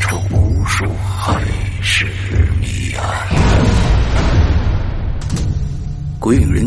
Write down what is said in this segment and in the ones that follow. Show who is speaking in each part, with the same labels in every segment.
Speaker 1: 出无数海市谜案。鬼影人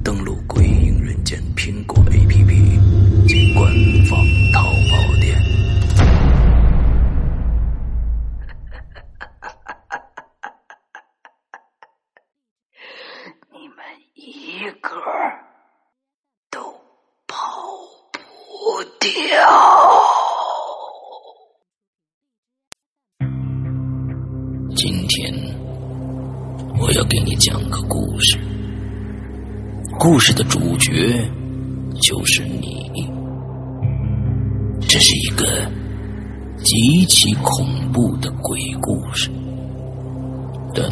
Speaker 1: 登录《鬼影人间》苹果 APP 及官方淘宝店。
Speaker 2: 你们一个都跑不掉。
Speaker 1: 今天我要给你讲个故事，故事的主角就是你。这是一个极其恐怖的鬼故事，但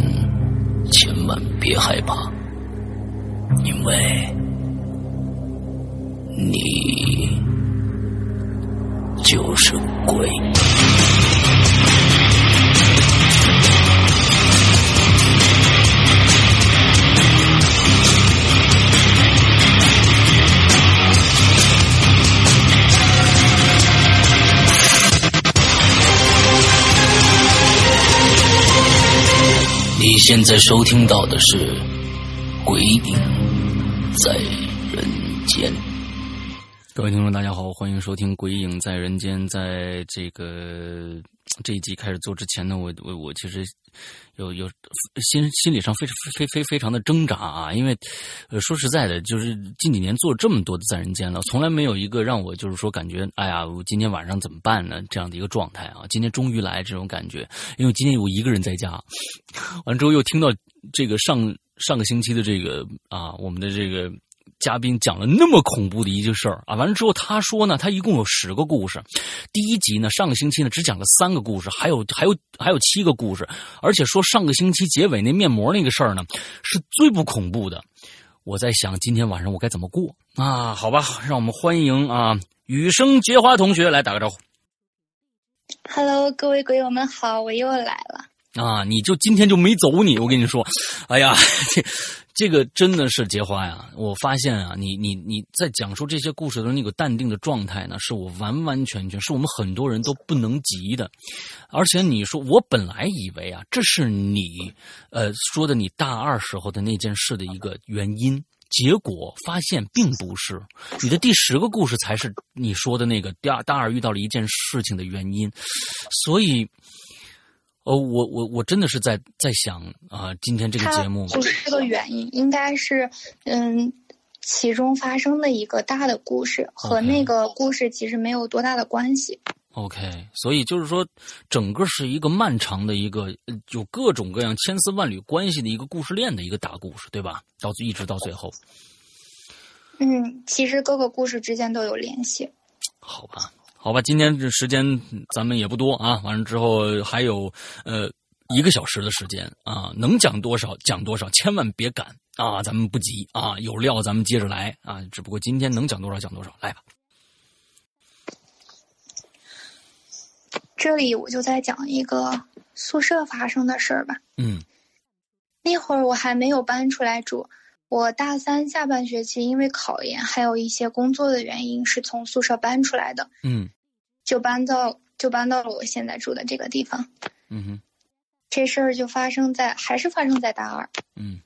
Speaker 1: 千万别害怕，因为你就是鬼。你现在收听到的是《鬼影在人间》。
Speaker 3: 各位听众，大家好，欢迎收听《鬼影在人间》。在这个这一集开始做之前呢，我我我其实有有心心理上非非非非常的挣扎啊，因为呃说实在的，就是近几年做这么多的在人间了，从来没有一个让我就是说感觉哎呀，我今天晚上怎么办呢这样的一个状态啊。今天终于来这种感觉，因为今天我一个人在家，完之后又听到这个上上个星期的这个啊，我们的这个嘉宾讲了那么恐怖的一件事儿啊，完了之后他说呢，他一共有十个故事，第一集呢上个星期呢只讲了三个故事，还有还有还有七个故事，而且说上个星期结尾那面膜那个事儿呢是最不恐怖的。我在想今天晚上我该怎么过啊？好吧，让我们欢迎啊雨生结花同学来打个招呼。
Speaker 4: Hello，各位鬼友们好，我又来了。
Speaker 3: 啊，你就今天就没走你，我跟你说，哎呀，这这个真的是结花呀！我发现啊，你你你在讲述这些故事的那个淡定的状态呢，是我完完全全是我们很多人都不能及的。而且你说，我本来以为啊，这是你呃说的你大二时候的那件事的一个原因，结果发现并不是。你的第十个故事才是你说的那个大大二遇到了一件事情的原因，所以。哦，我我我真的是在在想啊、今天这个
Speaker 4: 它
Speaker 3: 节目
Speaker 4: 不是这个原因，应该是嗯，其中发生的一个大的故事和
Speaker 3: OK
Speaker 4: 那个故事其实没有多大的关系。
Speaker 3: ，OK，所以就是说，整个是一个漫长的一个呃有各种各样千丝万缕关系的一个故事链的一个大故事，对吧？到一直到最后，
Speaker 4: 嗯，其实各个故事之间都有联系。
Speaker 3: 好吧，好吧，今天这时间嗯咱们也不多啊，完了之后还有呃一个小时的时间啊，能讲多少讲多少，千万别赶啊，咱们不急啊，有料咱们接着来啊，只不过今天能讲多少讲多少，来吧，
Speaker 4: 这里我就再讲一个宿舍发生的事儿吧。
Speaker 3: 嗯
Speaker 4: 那会儿我还没有搬出来住，我大三下半学期因为考研还有一些工作的原因，是从宿舍搬出来的，
Speaker 3: 嗯
Speaker 4: 就搬到就搬到了我现在住的这个地方。
Speaker 3: 嗯哼
Speaker 4: 这事儿就发生在还是发生在大二
Speaker 3: 嗯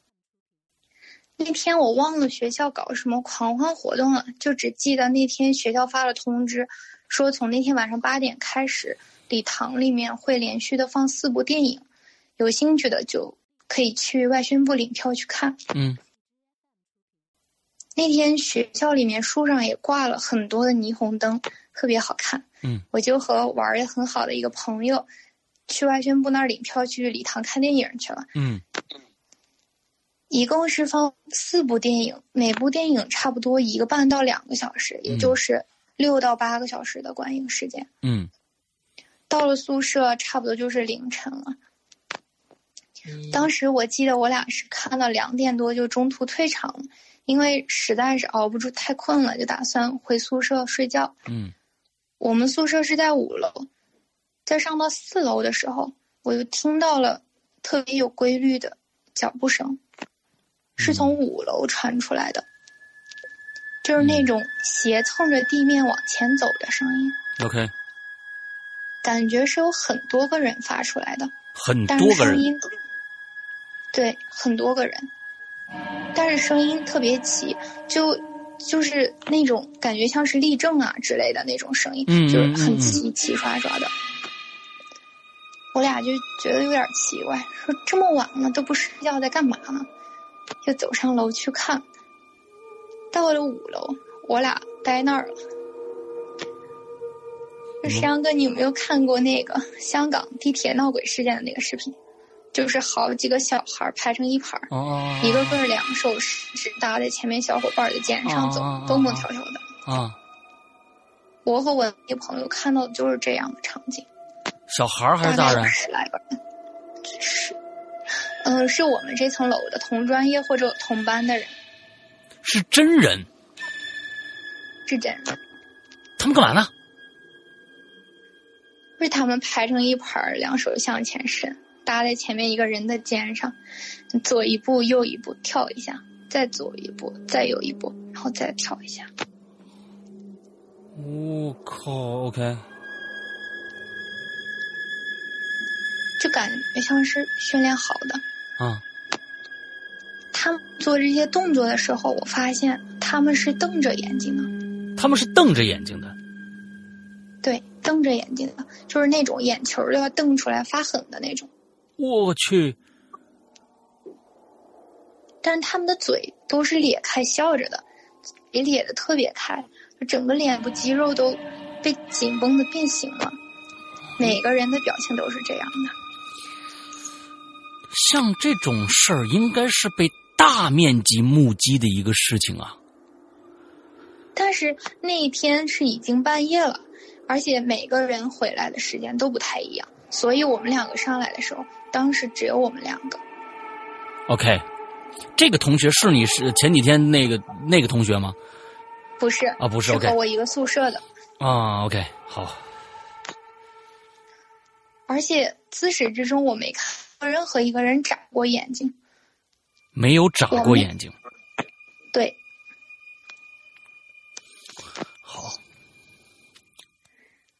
Speaker 4: 那天，我忘了学校搞什么狂欢活动了，就只记得那天学校发了通知，说从那天晚上八点开始，礼堂里面会连续的放四部电影，有兴趣的就可以去外宣部领票去看。
Speaker 3: 嗯
Speaker 4: 那天学校里面树上也挂了很多的霓虹灯，特别好看。
Speaker 3: 嗯，
Speaker 4: 我就和玩的很好的一个朋友去外宣部那儿领票去礼堂看电影去了。
Speaker 3: 嗯
Speaker 4: 一共是放四部电影，每部电影差不多一个半到两个小时，也就是六到八个小时的观影时间。
Speaker 3: 嗯，
Speaker 4: 到了宿舍，差不多就是凌晨了。当时我记得我俩是看到两点多就中途退场了，因为实在是熬不住，太困了，就打算回宿舍睡觉。
Speaker 3: 嗯
Speaker 4: 我们宿舍是在五楼，在上到四楼的时候，我就听到了特别有规律的脚步声，
Speaker 3: 嗯
Speaker 4: 是从五楼传出来的，就是
Speaker 3: 嗯
Speaker 4: 那种斜蹭着地面往前走的声音，
Speaker 3: ，OK，
Speaker 4: 感觉是有很多个人发出来的。
Speaker 3: 很
Speaker 4: 但
Speaker 3: 多
Speaker 4: 是
Speaker 3: 个
Speaker 4: 声
Speaker 3: 人，
Speaker 4: 音，对，很多个人，但是声音特别齐，就就是那种感觉像是立正啊之类的那种声音，
Speaker 3: 嗯
Speaker 4: 就是
Speaker 3: 嗯
Speaker 4: 很
Speaker 3: 嗯
Speaker 4: 齐齐刷刷的。我俩就觉得有点奇怪，说这么晚了都不睡觉在干嘛呢？就走上楼去看。到了五楼，我俩待那儿了。
Speaker 3: 嗯
Speaker 4: 就石阳哥，你有没有看过那个香港地铁闹鬼事件的那个视频？就是好几个小孩儿排成一排儿，
Speaker 3: 哦哦，
Speaker 4: 一个个儿两手指搭在前面小伙伴儿的肩上走
Speaker 3: 哦哦哦，
Speaker 4: 蹦蹦跳跳的。
Speaker 3: 啊，
Speaker 4: 我和我那个朋友看到的就是这样的场景，
Speaker 3: 小孩儿还
Speaker 4: 大
Speaker 3: 是大
Speaker 4: 概有
Speaker 3: 人？
Speaker 4: 十来个人，是，嗯、是我们这层楼的同专业或者同班的人，
Speaker 3: 是真人，
Speaker 4: 是真人，
Speaker 3: 他们干嘛呢？
Speaker 4: 就是他们排成一排儿，两手向前伸，搭在前面一个人的肩上，左一步右一步跳一下，再左一步再右一步，然后再跳一下。
Speaker 3: 我、靠，OK，
Speaker 4: 就感觉像是训练好的。
Speaker 3: 啊，
Speaker 4: 他们做这些动作的时候，我发现他们是瞪着眼睛啊的，
Speaker 3: 他们是瞪着眼睛的，
Speaker 4: 对，瞪着眼睛的，就是那种眼球都要瞪出来发狠的那种。
Speaker 3: 我去，
Speaker 4: 但是他们的嘴都是咧开笑着的，嘴咧的特别开，就整个脸部肌肉都被紧绷的变形了。每个人的表情都是这样的。
Speaker 3: 像这种事儿应该是被大面积目击的一个事情啊，
Speaker 4: 但是那一天是已经半夜了，而且每个人回来的时间都不太一样，所以我们两个上来的时候，当时只有我们两个。
Speaker 3: OK，这个同学是你是前几天那个那个同学吗？
Speaker 4: 不是
Speaker 3: 啊不是
Speaker 4: 是
Speaker 3: OK
Speaker 4: 和我一个宿舍的，
Speaker 3: 啊，OK，好，
Speaker 4: 而且自始至终我没看到任何一个人眨过眼睛。
Speaker 3: 没有眨过眼睛，
Speaker 4: 对，
Speaker 3: 好，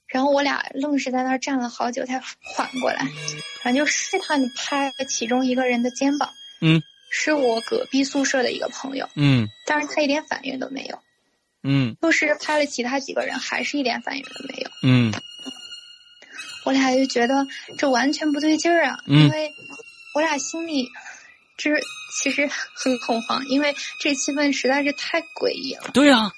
Speaker 4: 然后我俩愣是在那儿站了好久才缓过来，然后就试探的拍了其中一个人的肩膀，
Speaker 3: 嗯
Speaker 4: 是我隔壁宿舍的一个朋友，
Speaker 3: 嗯
Speaker 4: 但是他一点反应都没有。
Speaker 3: 嗯
Speaker 4: 又试着拍了其他几个人，还是一点反应都没有。
Speaker 3: 嗯
Speaker 4: 我俩就觉得这完全不对劲儿啊，
Speaker 3: 嗯
Speaker 4: 因为我俩心里这其实很恐慌，因为这气氛实在是太诡异了。
Speaker 3: 对啊，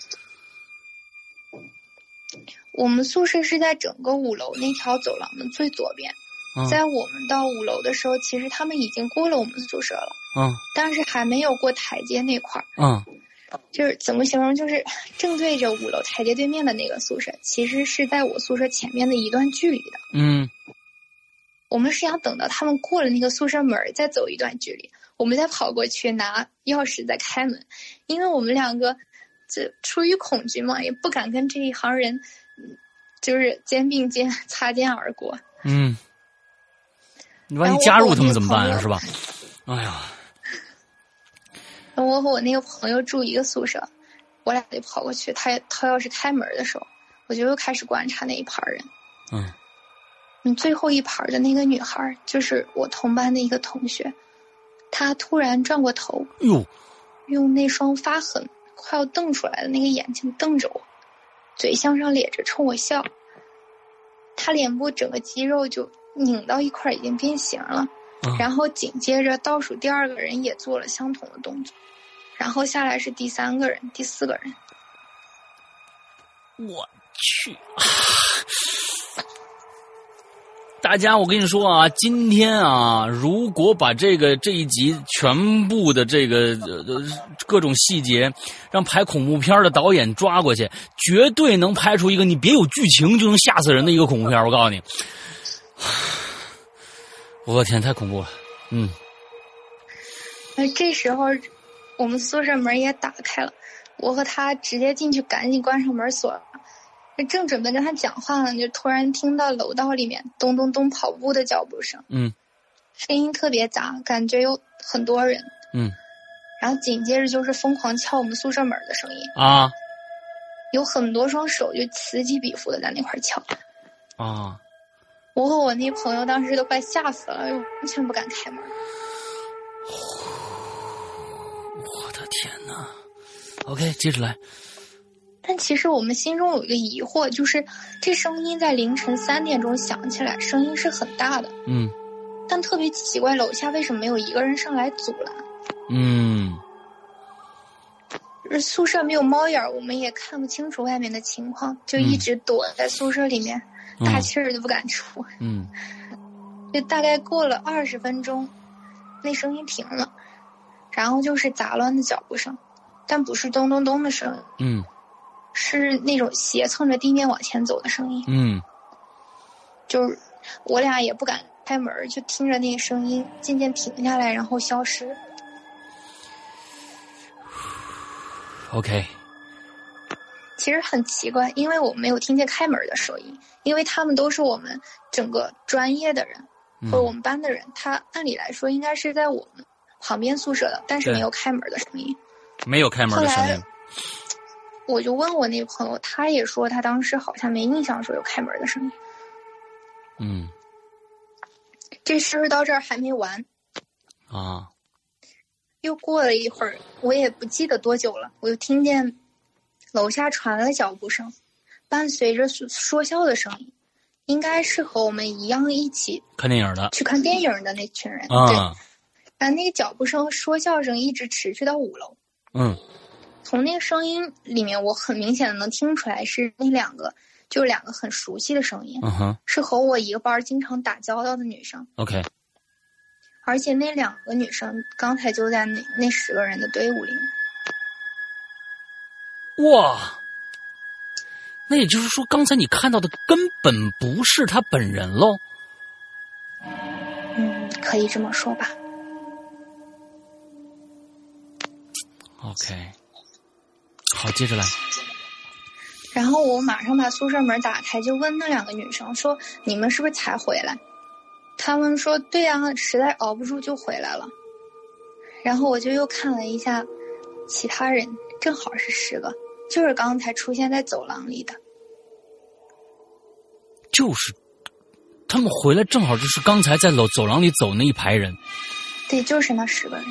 Speaker 4: 我们宿舍是在整个五楼那条走廊的最左边，
Speaker 3: 嗯
Speaker 4: 在我们到五楼的时候，其实他们已经过了我们宿舍了，
Speaker 3: 嗯
Speaker 4: 但是还没有过台阶那块儿。
Speaker 3: 嗯
Speaker 4: 就是怎么形容？就是正对着五楼台阶对面的那个宿舍，其实是在我宿舍前面的一段距离的。
Speaker 3: 嗯
Speaker 4: 我们是想等到他们过了那个宿舍门儿，再走一段距离，我们再跑过去拿钥匙再开门，因为我们两个这出于恐惧嘛，也不敢跟这一行人，嗯就是肩并肩擦肩而过。
Speaker 3: 嗯，你万
Speaker 4: 然
Speaker 3: 一
Speaker 4: 后
Speaker 3: 加
Speaker 4: 哎我
Speaker 3: 入
Speaker 4: 和
Speaker 3: 他们怎么
Speaker 4: 我
Speaker 3: 办
Speaker 4: 那
Speaker 3: 啊？
Speaker 4: 个
Speaker 3: 是吧？哎呀，
Speaker 4: 然后我和我那个朋友住一个宿舍，我俩就跑过去，他他要是开门的时候，我就又开始观察那一排人。
Speaker 3: 嗯
Speaker 4: 嗯，最后一排的那个女孩儿就是我同班的一个同学，她突然转过头，
Speaker 3: 哟，
Speaker 4: 用那双发狠、快要瞪出来的那个眼睛瞪着我，嘴向上咧着冲我笑。他脸部整个肌肉就拧到一块儿，已经变形了。
Speaker 3: 嗯
Speaker 4: 然后紧接着倒数第二个人也做了相同的动作，然后下来是第三个人、第四个人。
Speaker 3: 我去， 大家，我跟你说啊，今天啊，如果把这个这一集全部的这个呃各种细节，让拍恐怖片的导演抓过去，绝对能拍出一个你别有剧情就能吓死人的一个恐怖片。我告诉你， 我天，太恐怖了。嗯，
Speaker 4: 哎，这时候我们宿舍门也打开了，我和他直接进去，赶紧关上门锁了。正准备跟他讲话呢，就突然听到楼道里面咚咚咚跑步的脚步声，
Speaker 3: 嗯，
Speaker 4: 声音特别杂，感觉有很多人。
Speaker 3: 嗯，
Speaker 4: 然后紧接着就是疯狂敲我们宿舍门的声音，
Speaker 3: 啊
Speaker 4: 有很多双手就此起彼伏的在那块儿敲。
Speaker 3: 啊，
Speaker 4: 我和我那朋友当时都快吓死了，哎完全不敢开门。
Speaker 3: 我的天哪！OK，接着来。
Speaker 4: 但其实我们心中有一个疑惑，就是这声音在凌晨三点钟响起来，声音是很大的，
Speaker 3: 嗯
Speaker 4: 但特别奇怪，楼下为什么没有一个人上来阻拦？
Speaker 3: 嗯
Speaker 4: 就是宿舍没有猫眼儿，我们也看不清楚外面的情况，就一直躲在宿舍里面，
Speaker 3: 嗯
Speaker 4: 大气儿都不敢出。
Speaker 3: 嗯
Speaker 4: 就大概过了二十分钟，那声音停了，然后就是杂乱的脚步声，但不是咚咚咚的声音，
Speaker 3: 嗯
Speaker 4: 是那种斜蹭着地面往前走的声音。
Speaker 3: 嗯
Speaker 4: 就是我俩也不敢开门儿，就听着那个声音渐渐停下来，然后消失。
Speaker 3: ，OK，
Speaker 4: 其实很奇怪，因为我没有听见开门的声音，因为他们都是我们整个专业的人
Speaker 3: 嗯
Speaker 4: 或者我们班的人，他按理来说应该是在我们旁边宿舍的，但是
Speaker 3: 对
Speaker 4: 没有开门的声音。
Speaker 3: 没有开门的声
Speaker 4: 后
Speaker 3: 音
Speaker 4: 来。我就问我那个朋友，他也说他当时好像没印象说有开门的声音。
Speaker 3: 嗯
Speaker 4: 这事儿到这儿还没完，
Speaker 3: 啊
Speaker 4: 又过了一会儿，我也不记得多久了，我就听见楼下传来脚步声，伴随着说说笑的声音，应该是和我们一样一起
Speaker 3: 看电影的
Speaker 4: 去看电影的那群人。对，
Speaker 3: 啊，
Speaker 4: 但那个脚步声和说笑声一直持续到五楼。
Speaker 3: 嗯
Speaker 4: 从那个声音里面，我很明显的能听出来是那两个，就是两个很熟悉的声音，
Speaker 3: 嗯哼
Speaker 4: 是和我一个班儿经常打交道的女生，
Speaker 3: ，OK，
Speaker 4: 而且那两个女生刚才就在那那十个人的队伍里面。
Speaker 3: 哇，那也就是说，刚才你看到的根本不是他本人喽？
Speaker 4: 嗯，可以这么说吧。
Speaker 3: OK，好，接着来。
Speaker 4: 然后我马上把宿舍门打开，就问那两个女生说：“你们是不是才回来？”她们说：“对呀、实在熬不住就回来了。”然后我就又看了一下其他人，正好是十个，就是刚才出现在走廊里的。
Speaker 3: 就是他们回来，正好就是刚才在走走廊里走那一排人。
Speaker 4: 对，就是那十个人。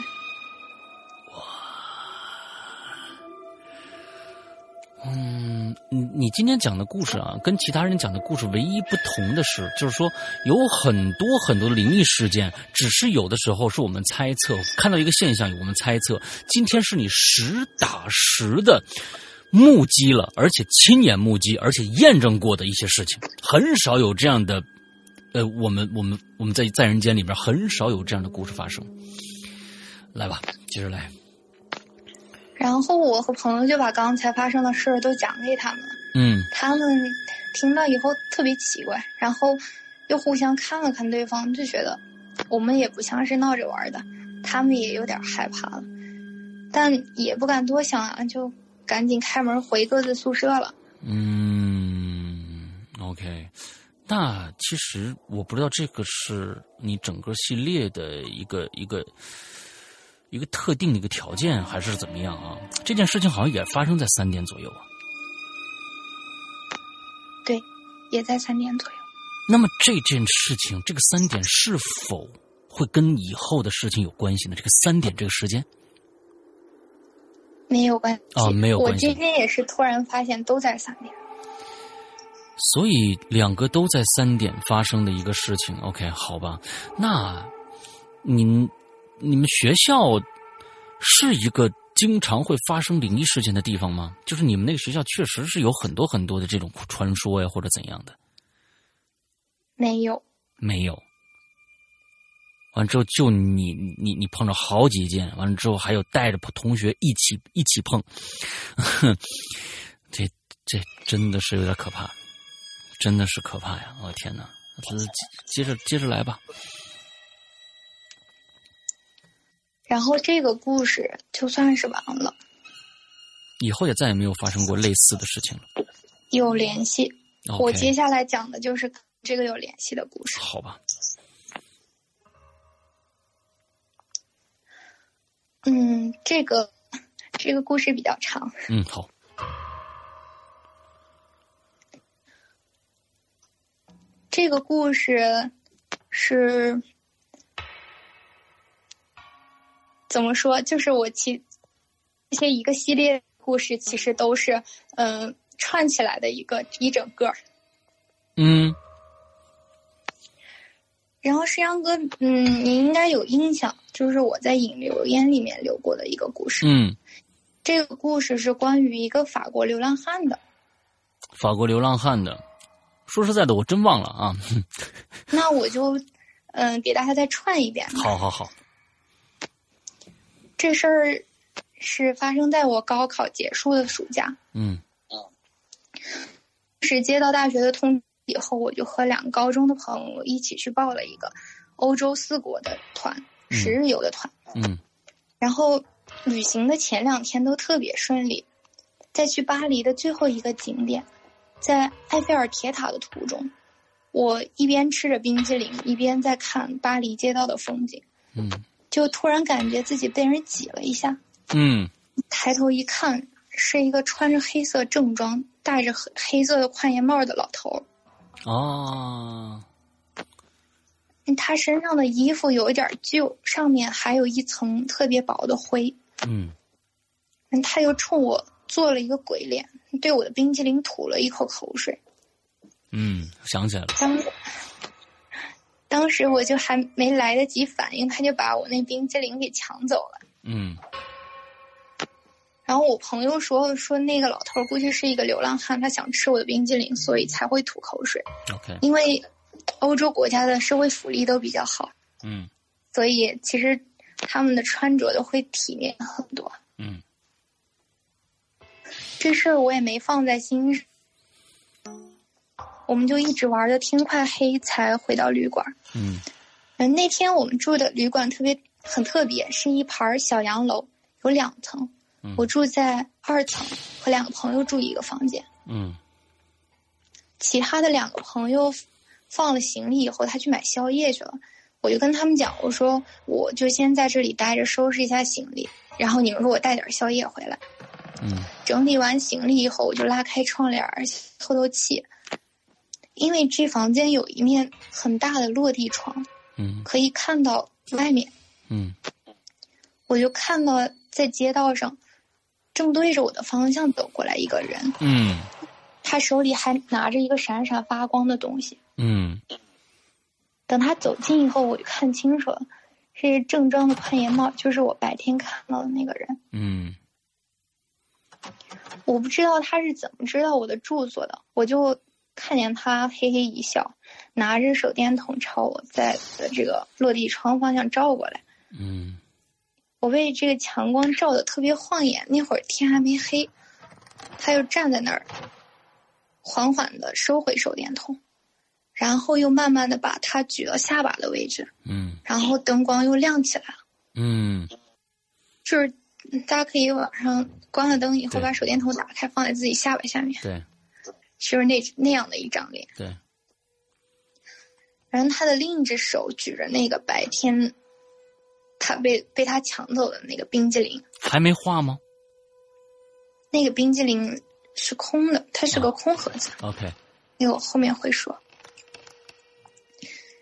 Speaker 3: 嗯，你你今天讲的故事啊，跟其他人讲的故事唯一不同的是，就是说有很多很多的灵异事件，只是有的时候是我们猜测，看到一个现象，我们猜测。今天是你实打实的目击了，而且亲眼目击，而且验证过的一些事情，很少有这样的。呃，我们我们我们在在人间里边很少有这样的故事发生。来吧，接着来。
Speaker 4: 然后我和朋友就把刚才发生的事儿都讲给他们了。
Speaker 3: 嗯
Speaker 4: 他们听到以后特别奇怪，然后又互相看了看对方，就觉得我们也不像是闹着玩的，他们也有点害怕了，但也不敢多想啊，就赶紧开门回各自宿舍了。
Speaker 3: 嗯，OK，那其实我不知道这个是你整个系列的一个一个一个特定的一个条件，还是怎么样啊？这件事情好像也发生在三点左右啊。
Speaker 4: 对，也在三点左右。
Speaker 3: 那么这件事情，这个三点是否会跟以后的事情有关系呢？这个三点这个时间，
Speaker 4: 没有关系
Speaker 3: 哦没有关系
Speaker 4: 我今天也是突然发现都在三点。
Speaker 3: 所以两个都在三点发生的一个事情，OK，好吧？那你们你们学校是一个经常会发生灵异事件的地方吗？就是你们那个学校确实是有很多很多的这种传说呀，或者怎样的？
Speaker 4: 没有，
Speaker 3: 没有。完之后就你你你碰着好几件，完了之后还有带着同学一起一起碰， 这这真的是有点可怕，真的是可怕呀！我、哦、天哪，接着接着来吧。
Speaker 4: 然后这个故事就算是完了，
Speaker 3: 以后也再也没有发生过类似的事情了。
Speaker 4: 有联系
Speaker 3: ，okay,
Speaker 4: 我接下来讲的就是这个有联系的故事。
Speaker 3: 好吧。
Speaker 4: 嗯，这个这个故事比较长。
Speaker 3: 嗯，好。
Speaker 4: 这个故事是怎么说？就是我其这些一个系列故事，其实都是嗯、呃、串起来的一个一整个。
Speaker 3: 嗯。
Speaker 4: 然后，诗阳哥，嗯，你应该有印象，就是我在引流烟里面留过的一个故事。
Speaker 3: 嗯，
Speaker 4: 这个故事是关于一个法国流浪汉的。
Speaker 3: 法国流浪汉的，说实在的，我真忘了啊。
Speaker 4: 那我就，嗯、呃，给大家再串一遍。啊
Speaker 3: 好好好。
Speaker 4: 这事儿是发生在我高考结束的暑假。
Speaker 3: 嗯。
Speaker 4: 是接到大学的通。以后我就和两个高中的朋友一起去报了一个欧洲四国的团，
Speaker 3: 嗯、
Speaker 4: 十日游的团。
Speaker 3: 嗯，
Speaker 4: 然后旅行的前两天都特别顺利，在去巴黎的最后一个景点，在埃菲尔铁塔的途中，我一边吃着冰激凌，一边在看巴黎街道的风景。
Speaker 3: 嗯，
Speaker 4: 就突然感觉自己被人挤了一下。
Speaker 3: 嗯，
Speaker 4: 抬头一看，是一个穿着黑色正装、戴着黑色的宽檐帽的老头。
Speaker 3: 哦，
Speaker 4: 他身上的衣服有一点旧，上面还有一层特别薄的灰。嗯
Speaker 3: 嗯，
Speaker 4: 他又冲我做了一个鬼脸，对我的冰淇淋吐了一口口水。
Speaker 3: 嗯，想起来了。
Speaker 4: 当当时我就还没来得及反应，他就把我那冰激凌给抢走了。
Speaker 3: 嗯。
Speaker 4: 然后我朋友说说那个老头估计是一个流浪汉，他想吃我的冰激凌，所以才会吐口水。
Speaker 3: OK，
Speaker 4: 因为欧洲国家的社会福利都比较好，
Speaker 3: 嗯，
Speaker 4: 所以其实他们的穿着都会体面很多，
Speaker 3: 嗯。
Speaker 4: 这事儿我也没放在心上，我们就一直玩到天快黑才回到旅馆。
Speaker 3: 嗯，
Speaker 4: 嗯，那天我们住的旅馆特别很特别，是一盘小洋楼，有两层。我住在二层，和两个朋友住一个房间。
Speaker 3: 嗯，
Speaker 4: 其他的两个朋友放了行李以后，他去买宵夜去了。我就跟他们讲，我说我就先在这里待着，收拾一下行李，然后你们给我带点宵夜回来。
Speaker 3: 嗯，
Speaker 4: 整理完行李以后，我就拉开窗帘透透气，因为这房间有一面很大的落地窗，
Speaker 3: 嗯，
Speaker 4: 可以看到外面。
Speaker 3: 嗯，
Speaker 4: 我就看到在街道上。正对着我的方向走过来一个人，
Speaker 3: 嗯，
Speaker 4: 他手里还拿着一个闪闪发光的东西，
Speaker 3: 嗯。
Speaker 4: 等他走近以后，我就看清楚了，是正装的宽檐帽，就是我白天看到的那个人。
Speaker 3: 嗯，
Speaker 4: 我不知道他是怎么知道我的住所的，我就看见他嘿嘿一笑，拿着手电筒朝我在的这个落地窗方向照过来。
Speaker 3: 嗯。
Speaker 4: 我被这个强光照的特别晃眼，那会儿天还没黑，他就站在那儿，缓缓的收回手电筒，然后又慢慢的把它举到下巴的位置，
Speaker 3: 嗯，
Speaker 4: 然后灯光又亮起来了，
Speaker 3: 嗯，
Speaker 4: 就是大家可以晚上关了灯以后
Speaker 3: 对
Speaker 4: 把手电筒打开放在自己下巴下面，
Speaker 3: 对
Speaker 4: 就是那那样的一张脸。
Speaker 3: 对，
Speaker 4: 然后他的另一只手举着那个白天他被被他抢走的那个冰激凌，
Speaker 3: 还没画吗
Speaker 4: 那个冰激凌是空的，它是个空盒子，
Speaker 3: ？OK，
Speaker 4: 因为我后面会说。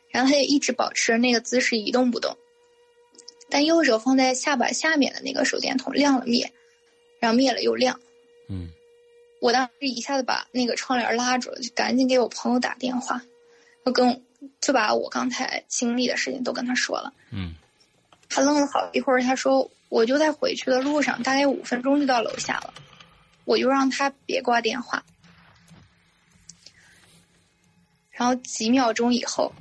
Speaker 4: 然后他就一直保持那个姿势一动不动，但右手放在下巴下面的那个手电筒亮了灭，然后灭了又亮。
Speaker 3: 嗯
Speaker 4: 我当时一下子把那个窗帘拉住了，就赶紧给我朋友打电话，就跟我就把我刚才经历的事情都跟他说了。
Speaker 3: 嗯
Speaker 4: 他愣了好一会儿，他说：“我就在回去的路上，大概五分钟就到楼下了。”我就让他别挂电话。然后几秒钟以后，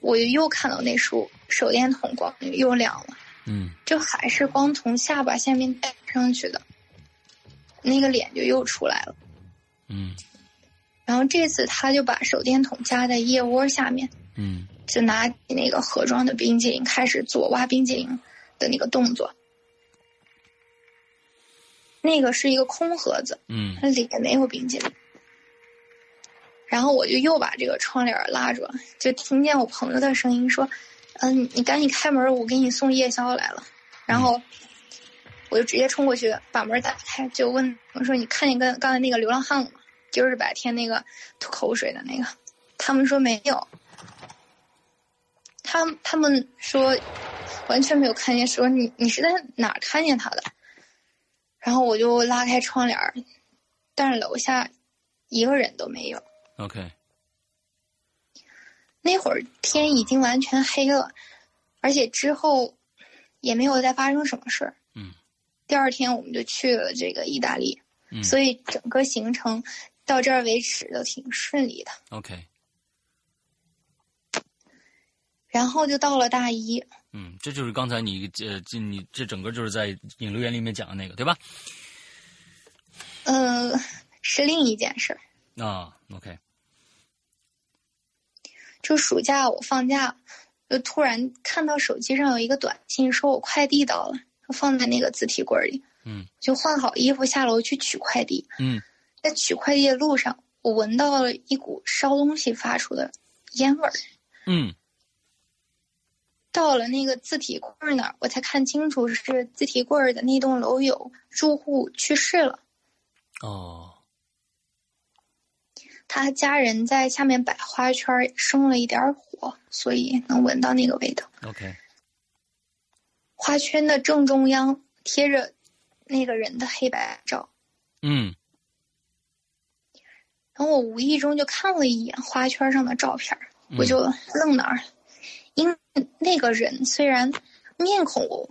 Speaker 4: 我又看到那束手电筒光又亮了，
Speaker 3: 嗯
Speaker 4: 就还是光从下巴下面带上去的，那个脸就又出来了。
Speaker 3: 嗯
Speaker 4: 然后这次他就把手电筒夹在腋窝下面，
Speaker 3: 嗯
Speaker 4: 就拿起那个盒装的冰激凌开始做挖冰激凌的那个动作。那个是一个空盒子，
Speaker 3: 嗯
Speaker 4: 它里面没有冰激凌。然后我就又把这个窗帘拉住，就听见我朋友的声音说：“嗯，你赶紧开门，我给你送夜宵来了。”然后我就直接冲过去把门打开，就问我说：“你看见跟刚才那个流浪汉了吗？就是白天那个吐口水的那个。”他们说没有，他他们说完全没有看见，说你你是在哪儿看见他的？然后我就拉开窗帘儿，但是楼下一个人都没有。
Speaker 3: ，OK，
Speaker 4: 那会儿天已经完全黑了，而且之后也没有再发生什么事儿。
Speaker 3: 嗯，
Speaker 4: 第二天我们就去了这个意大利，
Speaker 3: 嗯
Speaker 4: 所以整个行程到这儿为止都挺顺利的。
Speaker 3: ，OK，
Speaker 4: 然后就到了大一，
Speaker 3: 嗯，这就是刚才你呃，这你这整个就是在引流言里面讲的那个，对吧？
Speaker 4: 嗯、是另一件事儿。
Speaker 3: 啊，OK，
Speaker 4: 就暑假我放假，就突然看到手机上有一个短信，说我快递到了，放在那个自提柜里。
Speaker 3: 嗯，
Speaker 4: 就换好衣服下楼去取快递。
Speaker 3: 嗯
Speaker 4: 在取快递的路上，我闻到了一股烧东西发出的烟味儿。
Speaker 3: 嗯
Speaker 4: 到了那个字体柜儿那儿，我才看清楚是字体柜儿的那栋楼有住户去世了，
Speaker 3: 哦
Speaker 4: 他家人在下面摆花圈儿，生了一点儿火，所以能闻到那个味道。
Speaker 3: ，OK，
Speaker 4: 花圈的正中央贴着那个人的黑白照，
Speaker 3: 嗯
Speaker 4: 然后我无意中就看了一眼花圈上的照片儿，
Speaker 3: 嗯
Speaker 4: 我就愣那儿了，因为那个人虽然面孔我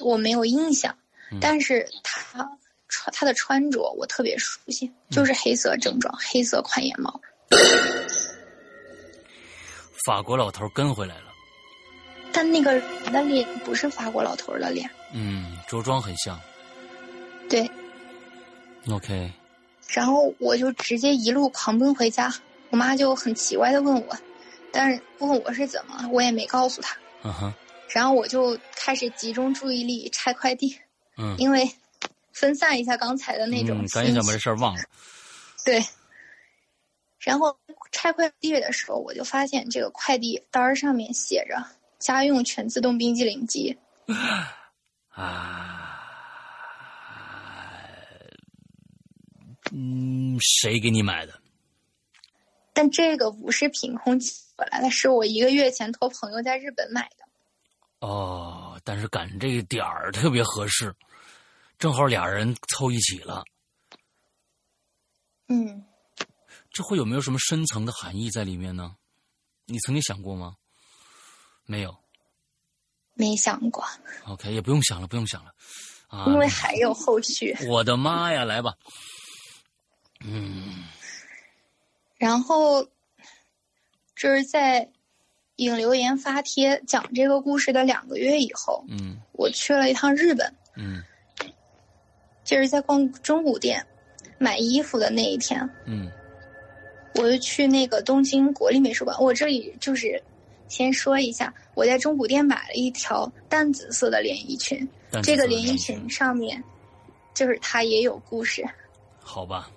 Speaker 4: 我没有印象
Speaker 3: 嗯，
Speaker 4: 但是他穿他的穿着我特别熟
Speaker 3: 嗯
Speaker 4: 悉，就是黑色正装、黑色宽檐帽。
Speaker 3: 法国老头跟回来了，
Speaker 4: 但那个人的脸不是法国老头儿的脸，
Speaker 3: 嗯，着装很像
Speaker 4: 对。
Speaker 3: ，OK，
Speaker 4: 然后我就直接一路狂奔回家，我妈就很奇怪的问我，但是问我是怎么了，我也没告诉她。
Speaker 3: 嗯哼，
Speaker 4: 然后我就开始集中注意力拆快递，
Speaker 3: 嗯，
Speaker 4: 因为分散一下刚才的那种
Speaker 3: 嗯
Speaker 4: 心情、
Speaker 3: 赶紧想把这事儿忘了，
Speaker 4: 对。然后拆快递的时候，我就发现这个快递单儿上面写着“家用全自动冰激凌机
Speaker 3: 啊，嗯，谁给你买的？”，
Speaker 4: 但这个不是凭空寄过来的，是我一个月前托朋友在日本买的。
Speaker 3: 哦，但是赶这个点儿特别合适，正好俩人凑一起了，
Speaker 4: 嗯，
Speaker 3: 这会有没有什么深层的含义在里面呢？你曾经想过吗？没有
Speaker 4: 没想过，
Speaker 3: ，OK，也不用想了，不用想了，啊，
Speaker 4: 因为还有后续。
Speaker 3: 我的妈呀，来吧，嗯
Speaker 4: 然后这是在引流言发帖讲这个故事的两个月以后，
Speaker 3: 嗯
Speaker 4: 我去了一趟日本，
Speaker 3: 嗯
Speaker 4: 就是在逛中古店买衣服的那一天，
Speaker 3: 嗯
Speaker 4: 我就去那个东京国立美术馆。我这里就是先说一下，我在中古店买了一条淡紫色的连衣裙，
Speaker 3: 但是
Speaker 4: 这个
Speaker 3: 就是
Speaker 4: 连衣
Speaker 3: 两
Speaker 4: 裙
Speaker 3: 天
Speaker 4: 上面就是它也有故事。
Speaker 3: 好吧，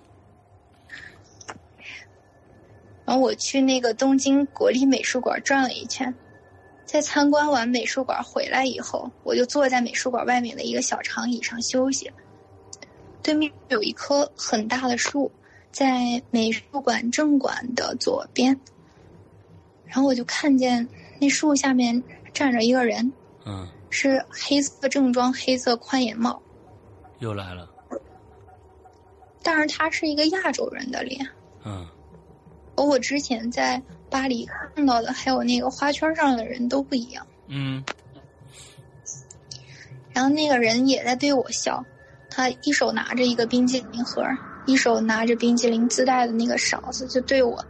Speaker 4: 然后我去那个东京国立美术馆转了一圈，在参观完美术馆回来以后，我就坐在美术馆外面的一个小长椅上休息。对面有一棵很大的树，在美术馆正馆的左边。然后我就看见那树下面站着一个人，
Speaker 3: 嗯，
Speaker 4: 是黑色正装、黑色宽檐帽，
Speaker 3: 又来了，
Speaker 4: 但是他是一个亚洲人的脸。
Speaker 3: 嗯
Speaker 4: 和我之前在巴黎看到的，还有那个花圈上的人都不一样。
Speaker 3: 嗯
Speaker 4: 然后那个人也在对我笑，他一手拿着一个冰激凌盒，一手拿着冰激凌自带的那个勺子，就对我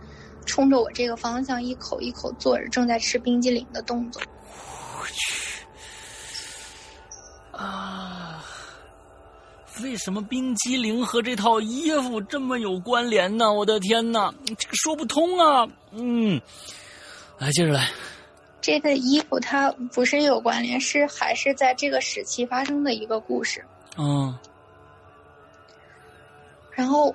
Speaker 4: 冲着我这个方向一口一口做着正在吃冰激凌的动作。
Speaker 3: 我去啊！为什么冰激凌和这套衣服这么有关联呢？我的天哪，这个说不通啊！嗯，来，接着来。
Speaker 4: 这个衣服它不是有关联，是还是在这个时期发生的一个故事。
Speaker 3: 嗯，
Speaker 4: 然后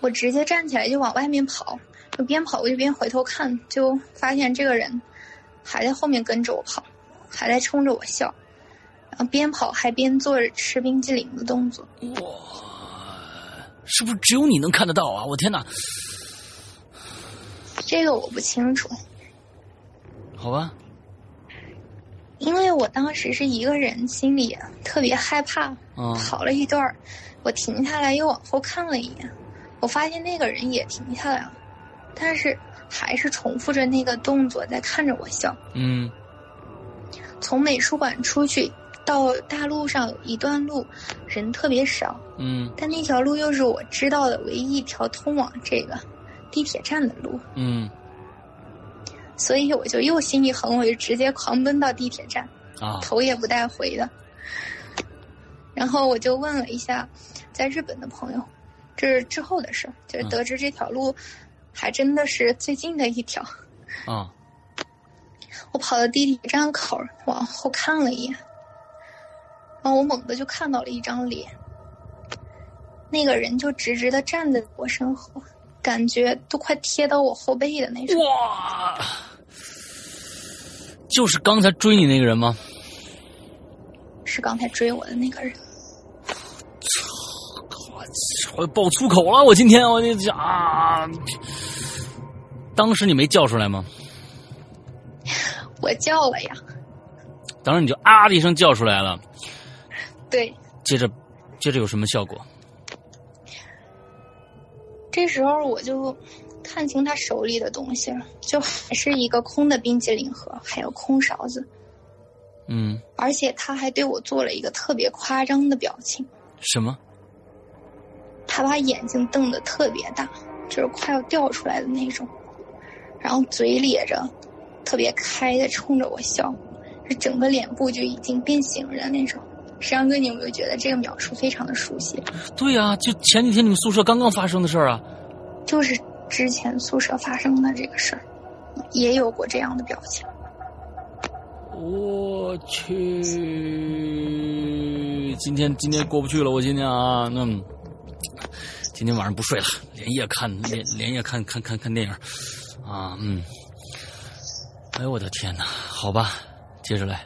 Speaker 4: 我直接站起来就往外面跑，就边跑我就边回头看，就发现这个人还在后面跟着我跑，还在冲着我笑，然后边跑还边做着吃冰激凌的动作。
Speaker 3: 哇，是不是只有你能看得到啊？我天哪！
Speaker 4: 这个我不清楚，
Speaker 3: 好吧，
Speaker 4: 因为我当时是一个人，心里特别害怕。
Speaker 3: 嗯
Speaker 4: 跑了一段儿，我停下来又往后看了一眼，我发现那个人也停下来了，但是还是重复着那个动作在看着我笑。
Speaker 3: 嗯
Speaker 4: 从美术馆出去到大路上有一段路，人特别少，
Speaker 3: 嗯
Speaker 4: 但那条路又是我知道的唯一一条通往这个地铁站的路，
Speaker 3: 嗯
Speaker 4: 所以我就又心一横，我就直接狂奔到地铁站。
Speaker 3: 啊，
Speaker 4: 头也不带回的。然后我就问了一下在日本的朋友，这是之后的事儿，就是
Speaker 3: 嗯
Speaker 4: 得知这条路还真的是最近的一条。
Speaker 3: 啊
Speaker 4: 我跑到地铁站口儿往后看了一眼，然后我猛地就看到了一张脸，那个人就直直的站在我身后，感觉都快贴到我后背的那种。
Speaker 3: 哇，就是刚才追你那个人吗？
Speaker 4: 是刚才追我的那个人。
Speaker 3: 我爆粗口了！我今天我就讲啊，当时你没叫出来吗？
Speaker 4: 我叫了呀，
Speaker 3: 当时你就啊的一声叫出来了，
Speaker 4: 对，
Speaker 3: 接着接着有什么效果？
Speaker 4: 这时候我就看清他手里的东西了，就还是一个空的冰激凌盒，还有空勺子，
Speaker 3: 嗯，
Speaker 4: 而且他还对我做了一个特别夸张的表情，
Speaker 3: 什么？
Speaker 4: 他把眼睛瞪得特别大，就是快要掉出来的那种，然后嘴咧着，特别开的冲着我笑，这整个脸部就已经变形了那种。石阳哥，你有没有觉得这个描述非常的熟悉？
Speaker 3: 对呀、就前几天你们宿舍刚刚发生的事儿啊。
Speaker 4: 就是之前宿舍发生的这个事儿，也有过这样的表情。
Speaker 3: 我去，今天今天过不去了，我今天啊，那、嗯、今天晚上不睡了，连夜看连连夜看看看看电影啊，嗯，哎呦我的天哪，好吧，接着来。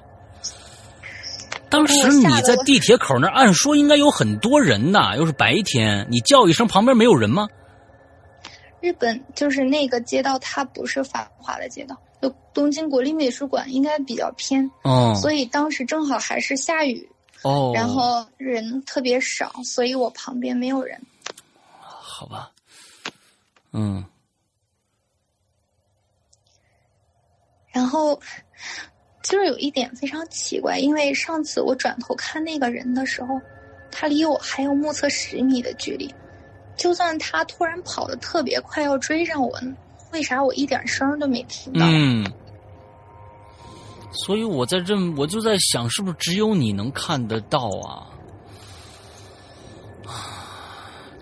Speaker 3: 当时你在地铁口那儿，按说应该有很多人呐，又是白天，你叫一声，旁边没有人吗？
Speaker 4: 日本就是那个街道，它不是繁华的街道，就东京国立美术馆应该比较偏，
Speaker 3: 哦
Speaker 4: 所以当时正好还是下雨，
Speaker 3: 哦，
Speaker 4: 然后人特别少，所以我旁边没有人。
Speaker 3: 好吧，嗯
Speaker 4: 然后就是有一点非常奇怪，因为上次我转头看那个人的时候，他离我还有目测十米的距离，就算他突然跑得特别快要追上我，为啥我一点声儿都没听到？
Speaker 3: 嗯，所以我在认，我就在想，是不是只有你能看得到啊？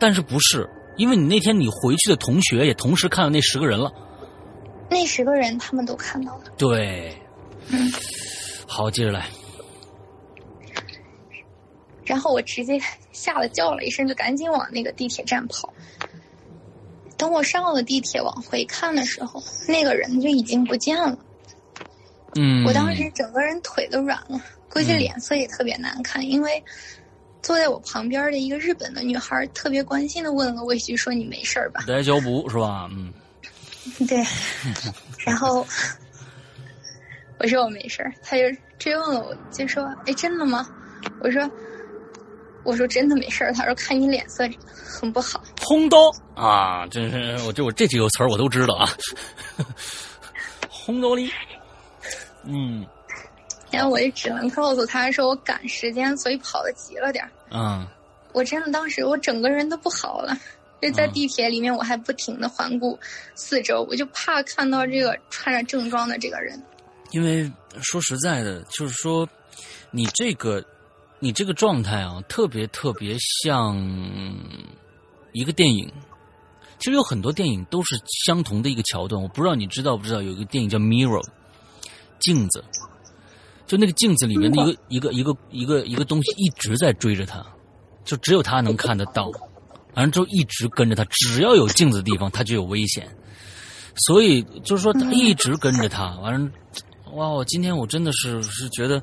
Speaker 3: 但是不是？因为你那天你回去的同学也同时看到那十个人了。
Speaker 4: 那十个人他们都看到了。
Speaker 3: 对，
Speaker 4: 嗯
Speaker 3: 好，接着来。
Speaker 4: 然后我直接 吓得叫了一声，就赶紧往那个地铁站跑。等我上了地铁往回看的时候，那个人就已经不见了。
Speaker 3: 嗯，
Speaker 4: 我当时整个人腿都软了，估计脸色也特别难看，因为坐在我旁边的一个日本的女孩特别关心的问了我一句：“说你没事 儿吧
Speaker 3: 来交补是吧？嗯，？”
Speaker 4: 对，然后我说我没事儿，她就追问了我，就说：“哎，真的吗？”我说：“我说真的没事儿。”她说：“看你脸色很不好。”
Speaker 3: 轰刀啊，真是我这我这几个词儿我都知道啊。 轰刀哩，嗯
Speaker 4: 然后我就只能告诉他说我赶时间，所以跑得急了点儿。
Speaker 3: 嗯
Speaker 4: 我真的当时我整个人都不好了，就在地铁里面，我还不停的环顾四周，我就怕看到这个穿着正装的这个人。
Speaker 3: 因为说实在的，就是说，你这个你这个状态啊，特别特别像一个电影。其实有很多电影都是相同的一个桥段，我不知道你知道不知道？有一个电影叫《Mirror》，镜子，就那个镜子里面的一个一个一个一个一个东西一直在追着他，就只有他能看得到，完了之后一直跟着他，只要有镜子的地方，他就有危险。所以就是说，他一直跟着他，完了，哇！我今天我真的是是觉得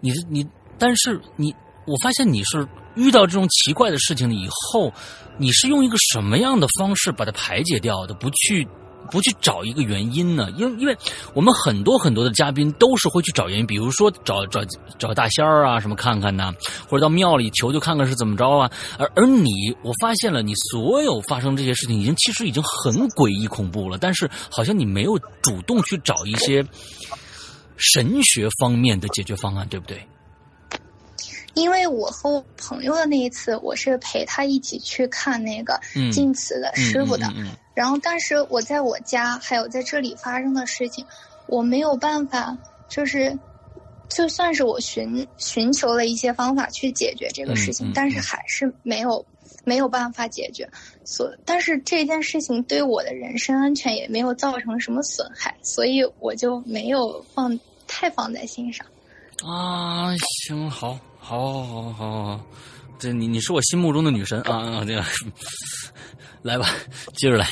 Speaker 3: 你，你你，但是你，我发现你是遇到这种奇怪的事情以后，你是用一个什么样的方式把它排解掉的？不去不去找一个原因呢？因因为我们很多很多的嘉宾都是会去找原因，比如说找找找大仙儿啊什么看看呐、或者到庙里求求看看是怎么着啊。而而你，我发现了你所有发生这些事情，已经其实已经很诡异恐怖了，但是好像你没有主动去找一些神学方面的解决方案，对不对？
Speaker 4: 因为我和我朋友的那一次，我是陪他一起去看那个
Speaker 3: 嗯
Speaker 4: 晋祠的师傅的，
Speaker 3: 嗯嗯嗯
Speaker 4: 然后，但是我在我家还有在这里发生的事情，我没有办法，就是就算是我寻寻求了一些方法去解决这个事情，
Speaker 3: 嗯嗯
Speaker 4: 但是还是没有没有办法解决。所，但是这件事情对我的人身安全也没有造成什么损害，所以我就没有放太放在心上。
Speaker 3: 嗯啊，行，好，好，好，好，好，好，这你你是我心目中的女神啊啊！这个来吧，接着来，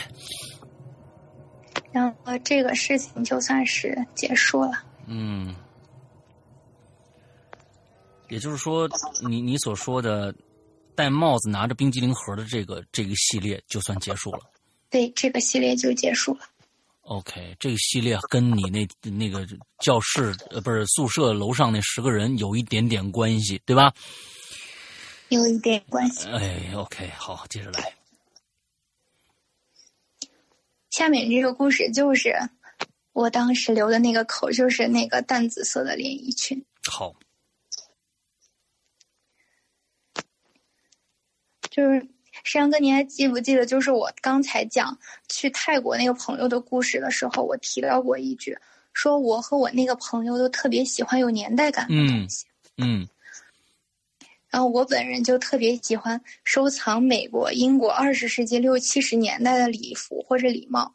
Speaker 4: 然后这个事情就算是结束了。
Speaker 3: 嗯，也就是说，你你所说的戴帽子拿着冰激凌盒的这个这个系列就算结束了。
Speaker 4: 对，这个系列就结束了。
Speaker 3: OK，这个系列跟你那那个教室呃不是宿舍楼上那十个人有一点点关系，对吧？
Speaker 4: 有一点关系。
Speaker 3: 哎，OK，好，接着来。
Speaker 4: 下面这个故事就是我当时留的那个口，就是那个淡紫色的连衣裙。
Speaker 3: 好，
Speaker 4: 就是石阳哥，您还记不记得，就是我刚才讲去泰国那个朋友的故事的时候，我提到过一句，说我和我那个朋友都特别喜欢有年代感的东西。
Speaker 3: 嗯
Speaker 4: 然后我本人就特别喜欢收藏美国、英国二十世纪六七十年代的礼服或者礼帽。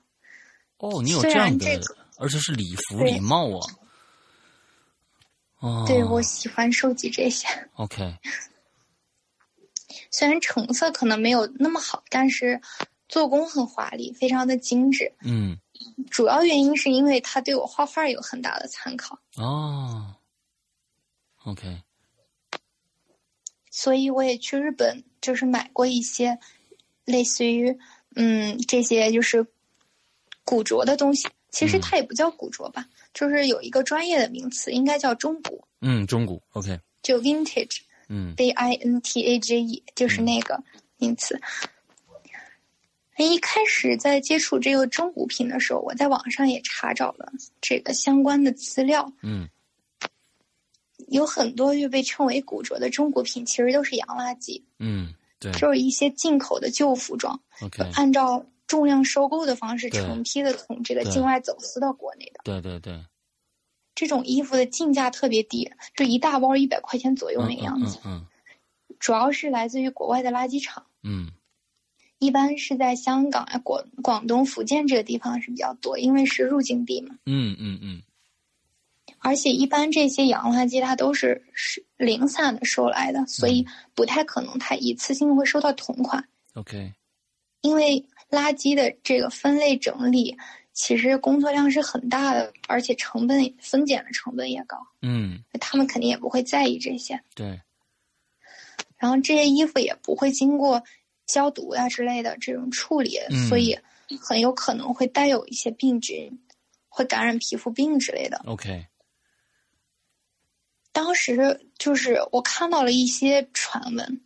Speaker 3: 哦，你有
Speaker 4: 虽
Speaker 3: 这样
Speaker 4: 然
Speaker 3: 的，
Speaker 4: 这个
Speaker 3: 而且是礼服
Speaker 4: 对
Speaker 3: 礼帽啊。哦，
Speaker 4: 对我喜欢收集这些。
Speaker 3: OK，
Speaker 4: 虽然成色可能没有那么好，但是做工很华丽，非常的精致。
Speaker 3: 嗯，
Speaker 4: 主要原因是因为它对我画画有很大的参考，
Speaker 3: 哦，OK，
Speaker 4: 所以我也去日本就是买过一些类似于嗯这些就是古着的东西。其实
Speaker 3: 嗯
Speaker 4: 它也不叫古着吧，就是有一个专业的名词，应该叫中古，
Speaker 3: 嗯，中古，OK，
Speaker 4: 就 vintage。
Speaker 3: 嗯
Speaker 4: V I N T A G E，就是那个名词。哎一开始在接触这个中古品的时候，我在网上也查找了这个相关的资料，
Speaker 3: 嗯
Speaker 4: 有很多就被称为古着的中古品，其实都是洋垃圾，
Speaker 3: 嗯，对
Speaker 4: 就是一些进口的旧服装，
Speaker 3: ，OK，
Speaker 4: 按照重量收购的方式
Speaker 3: 对
Speaker 4: 成批的从这个
Speaker 3: 对
Speaker 4: 境外走私到国内的。
Speaker 3: 对对对，
Speaker 4: 这种衣服的进价特别低，就一大包一百块钱左右
Speaker 3: 嗯
Speaker 4: 那个样子，
Speaker 3: 嗯
Speaker 4: 主要是来自于国外的垃圾场。
Speaker 3: 嗯嗯
Speaker 4: 一般是在香港啊、广广东、福建这个地方是比较多，因为是入境地嘛。
Speaker 3: 嗯嗯嗯
Speaker 4: 而且一般这些洋垃圾它都是是零散的收来的，所以不太可能它一次性会收到同款，
Speaker 3: ，OK，
Speaker 4: 因为垃圾的这个分类整理其实工作量是很大的，而且成本分拣的成本也高，
Speaker 3: 嗯，
Speaker 4: 他们肯定也不会在意这些。
Speaker 3: 对，
Speaker 4: 然后这些衣服也不会经过消毒呀、之类的这种处理，
Speaker 3: 嗯
Speaker 4: 所以很有可能会带有一些病菌，会感染皮肤病之类的。
Speaker 3: OK，
Speaker 4: 当时就是我看到了一些传闻，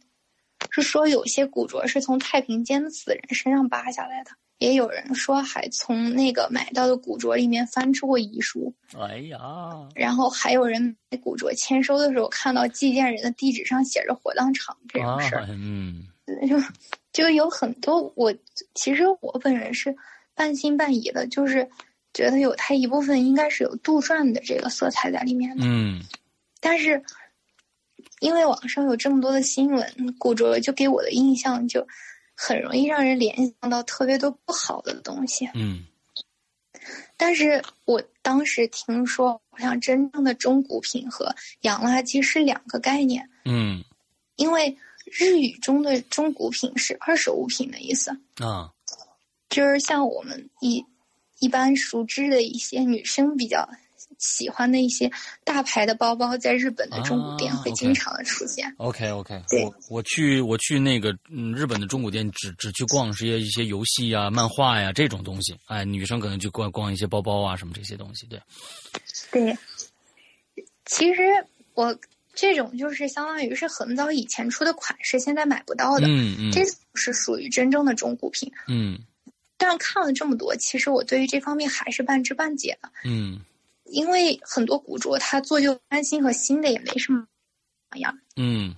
Speaker 4: 是说有些古着是从太平间的死人身上扒下来的，也有人说还从那个买到的古着里面翻出过遗书，
Speaker 3: 哎呀，
Speaker 4: 然后还有人买古着签收的时候看到寄件人的地址上写着火葬场这种
Speaker 3: 啊
Speaker 4: 事儿。，
Speaker 3: 嗯
Speaker 4: 就就有很多我其实我本人是半信半疑的，就是觉得有它一部分应该是有杜撰的这个色彩在里面的。
Speaker 3: 嗯
Speaker 4: 但是因为网上有这么多的新闻，古着就给我的印象就很容易让人联想到特别多不好的东西。
Speaker 3: 嗯
Speaker 4: 但是我当时听说，好像真正的中古品和洋垃圾是两个概念，
Speaker 3: 嗯
Speaker 4: 因为日语中的中古品是二手物品的意思，
Speaker 3: 啊
Speaker 4: 就是像我们一一般熟知的一些女生比较喜欢的一些大牌的包包，在日本的中古店
Speaker 3: 啊
Speaker 4: 会
Speaker 3: ，OK
Speaker 4: 经常的出现。
Speaker 3: ，OK OK，
Speaker 4: 对
Speaker 3: 我我去我去那个嗯日本的中古店只只去逛是些一些游戏啊、漫画呀、这种东西，哎，女生可能去逛逛一些包包啊什么这些东西，对，
Speaker 4: 对，其实我这种就是相当于是很早以前出的款式，现在买不到的，
Speaker 3: 嗯嗯
Speaker 4: 这种是属于真正的中古品。
Speaker 3: 嗯
Speaker 4: 但是看了这么多，其实我对于这方面还是半知半解的，
Speaker 3: 嗯
Speaker 4: 因为很多古着它做旧翻新和新的也没什么两样。
Speaker 3: 嗯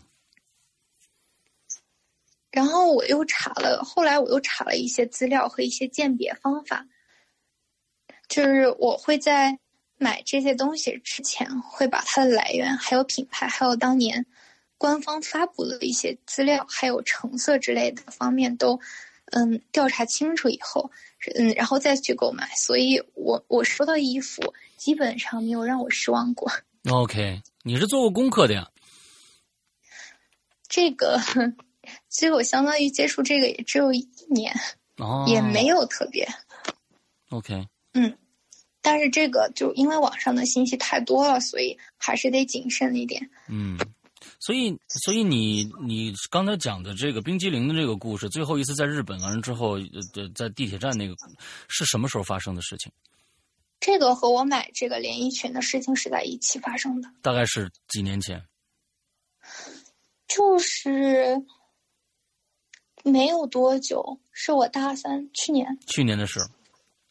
Speaker 4: 然后我又查了，后来我又查了一些资料和一些鉴别方法，就是我会在买这些东西之前，会把它的来源、还有品牌、还有当年官方发布的一些资料，还有成色之类的方面都，嗯，调查清楚以后，嗯，然后再去购买。所以我我收到衣服基本上没有让我失望过。
Speaker 3: ，OK，你是做过功课的呀？
Speaker 4: 这个， 其实我相当于接触这个也只有一年，
Speaker 3: 哦，
Speaker 4: 也没有特别。
Speaker 3: OK，
Speaker 4: 但是这个就因为网上的信息太多了，所以还是得谨慎一点。
Speaker 3: 嗯，所以所以你你刚才讲的这个冰激凌的这个故事，最后一次在日本完了之后，呃，在地铁站那个是什么时候发生的事情？
Speaker 4: 这个和我买这个连衣裙的事情是在一起发生的，
Speaker 3: 大概是几年前？
Speaker 4: 就是没有多久，是我大三去年，
Speaker 3: 去年的事。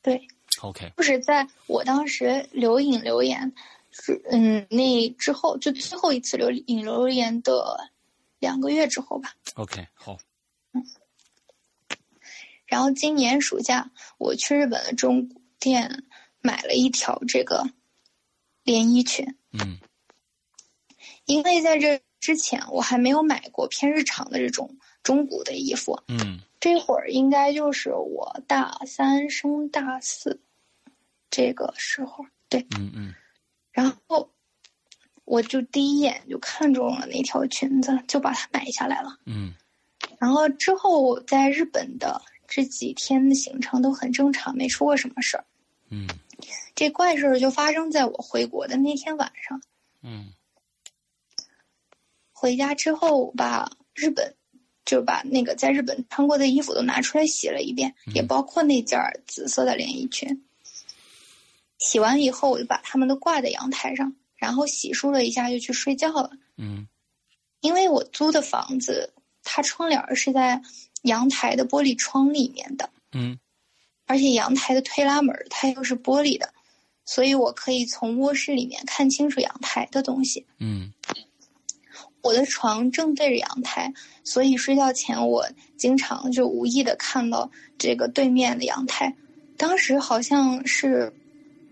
Speaker 4: 对，
Speaker 3: OK，
Speaker 4: 就是在我当时留影留言，是嗯，那之后就最后一次留影留言的两个月之后吧。
Speaker 3: OK，好，
Speaker 4: 然后今年暑假我去日本的中古店买了一条这个连衣裙。
Speaker 3: 嗯
Speaker 4: 因为在这之前我还没有买过偏日常的这种中古的衣服，
Speaker 3: 嗯
Speaker 4: 这会儿应该就是我大三升大四这个时候，对，
Speaker 3: 嗯嗯
Speaker 4: 然后我就第一眼就看中了那条裙子，就把它买下来了。
Speaker 3: 嗯
Speaker 4: 然后之后我在日本的这几天的行程都很正常，没出过什么事儿。
Speaker 3: 嗯
Speaker 4: 这怪事儿就发生在我回国的那天晚上。
Speaker 3: 嗯
Speaker 4: 回家之后把日本，就把那个在日本穿过的衣服都拿出来洗了一遍，也包括那件儿紫色的连衣裙。洗完以后，我就把它们都挂在阳台上，然后洗漱了一下就去睡觉了。
Speaker 3: 嗯
Speaker 4: 因为我租的房子，它窗帘儿是在阳台的玻璃窗里面的，
Speaker 3: 嗯
Speaker 4: 而且阳台的推拉门儿它又是玻璃的，所以我可以从卧室里面看清楚阳台的东西。
Speaker 3: 嗯
Speaker 4: 我的床正对着阳台，所以睡觉前我经常就无意的看到这个对面的阳台。当时好像是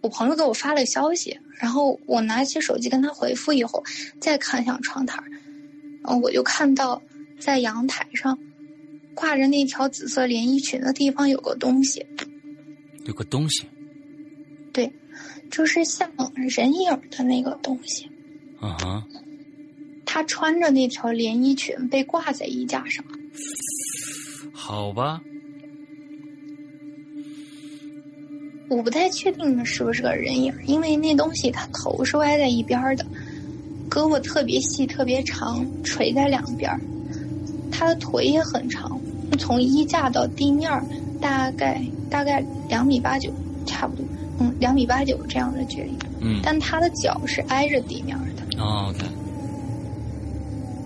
Speaker 4: 我朋友给我发了个消息，然后我拿起手机跟他回复以后，再看向窗台儿，然后我就看到在阳台上挂着那条紫色连衣裙的地方有个东西，
Speaker 3: 有个东西
Speaker 4: 就是像人影儿的那个东西。
Speaker 3: 啊哈，
Speaker 4: 他穿着那条连衣裙被挂在衣架上。
Speaker 3: 好吧，
Speaker 4: 我不太确定那是不是个人影儿，因为那东西它头是歪在一边儿的，胳膊特别细、特别长，垂在两边儿。它的腿也很长，从衣架到地面儿大概大概两米八九，差不多，嗯，两米八九这样的距离。
Speaker 3: 嗯
Speaker 4: 但它的脚是挨着地面儿的，
Speaker 3: 啊 OK，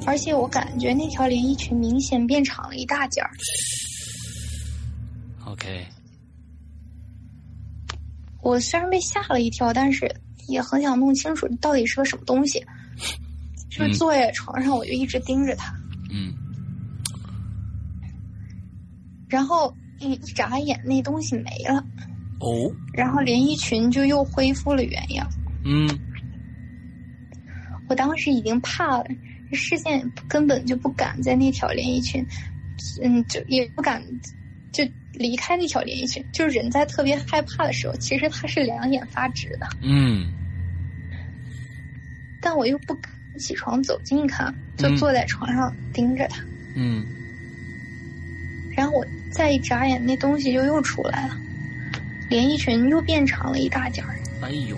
Speaker 4: 而且我感觉那条连衣裙明显变长了一大截儿。
Speaker 3: OK，
Speaker 4: 我虽然被吓了一跳，但是也很想弄清楚到底是个什么东西。就是
Speaker 3: 嗯
Speaker 4: 坐在床上，我就一直盯着它。
Speaker 3: 嗯，
Speaker 4: 然后一一眨眼那东西没了，
Speaker 3: 哦，
Speaker 4: 然后连衣裙就又恢复了原样。
Speaker 3: 嗯
Speaker 4: 我当时已经怕了，视线根本就不敢在那条连衣裙，嗯，就也不敢就离开那条连衣裙。就是人在特别害怕的时候，其实他是两眼发直的，
Speaker 3: 嗯
Speaker 4: 但我又不敢起床走近看，就
Speaker 3: 嗯
Speaker 4: 坐在床上盯着他。
Speaker 3: 嗯，
Speaker 4: 然后我再一眨眼，那东西就又出来了，连衣裙又变长了一大截儿。
Speaker 3: 哎呦，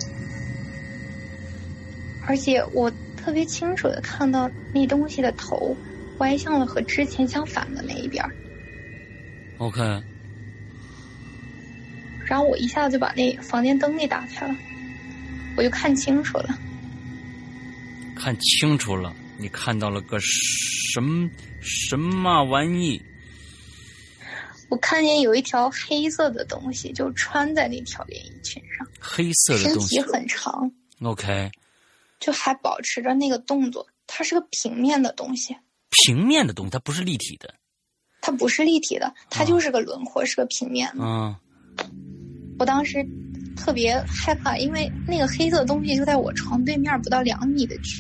Speaker 4: 而且我特别清楚的看到那东西的头歪向了和之前相反的那一边儿，
Speaker 3: 我看，
Speaker 4: 然后我一下子就把那房间灯给打开了，我就看清楚了，
Speaker 3: 看清楚了，你看到了个什么什么玩意？
Speaker 4: 我看见有一条黑色的东西就穿在那条连衣裙上，
Speaker 3: 黑色的
Speaker 4: 身
Speaker 3: 东
Speaker 4: 体
Speaker 3: 西。
Speaker 4: 很长，
Speaker 3: OK，
Speaker 4: 就还保持着那个动作，它是个平面的东西。
Speaker 3: 平面的东西，它不是立体的。
Speaker 4: 它不是立体的，
Speaker 3: 啊
Speaker 4: 它就是个轮廓，是个平面的。
Speaker 3: 嗯
Speaker 4: 我当时特别害怕，因为那个黑色的东西就在我床对面不到两米的距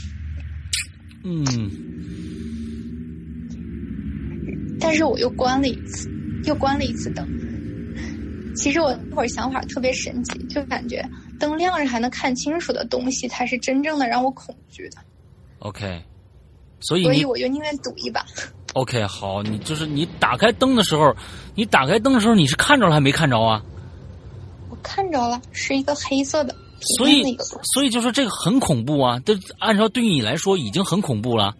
Speaker 4: 离。
Speaker 3: 嗯
Speaker 4: 但是我又关了一次，又关了一次灯。其实我那会儿想法特别神奇，就感觉灯亮着还能看清楚的东西才是真正的让我恐惧的，
Speaker 3: ，OK。所以
Speaker 4: 所
Speaker 3: 你
Speaker 4: 以我就宁愿赌一把。
Speaker 3: OK 好，你就是你打开灯的时候，你打开灯的时候你是看着了还没看着啊？
Speaker 4: 我看着了，是一个黑色的，
Speaker 3: 所
Speaker 4: 平面的
Speaker 3: 以
Speaker 4: 一个东西。
Speaker 3: 所以就说这个很恐怖啊！这按照对你来说已经很恐怖了，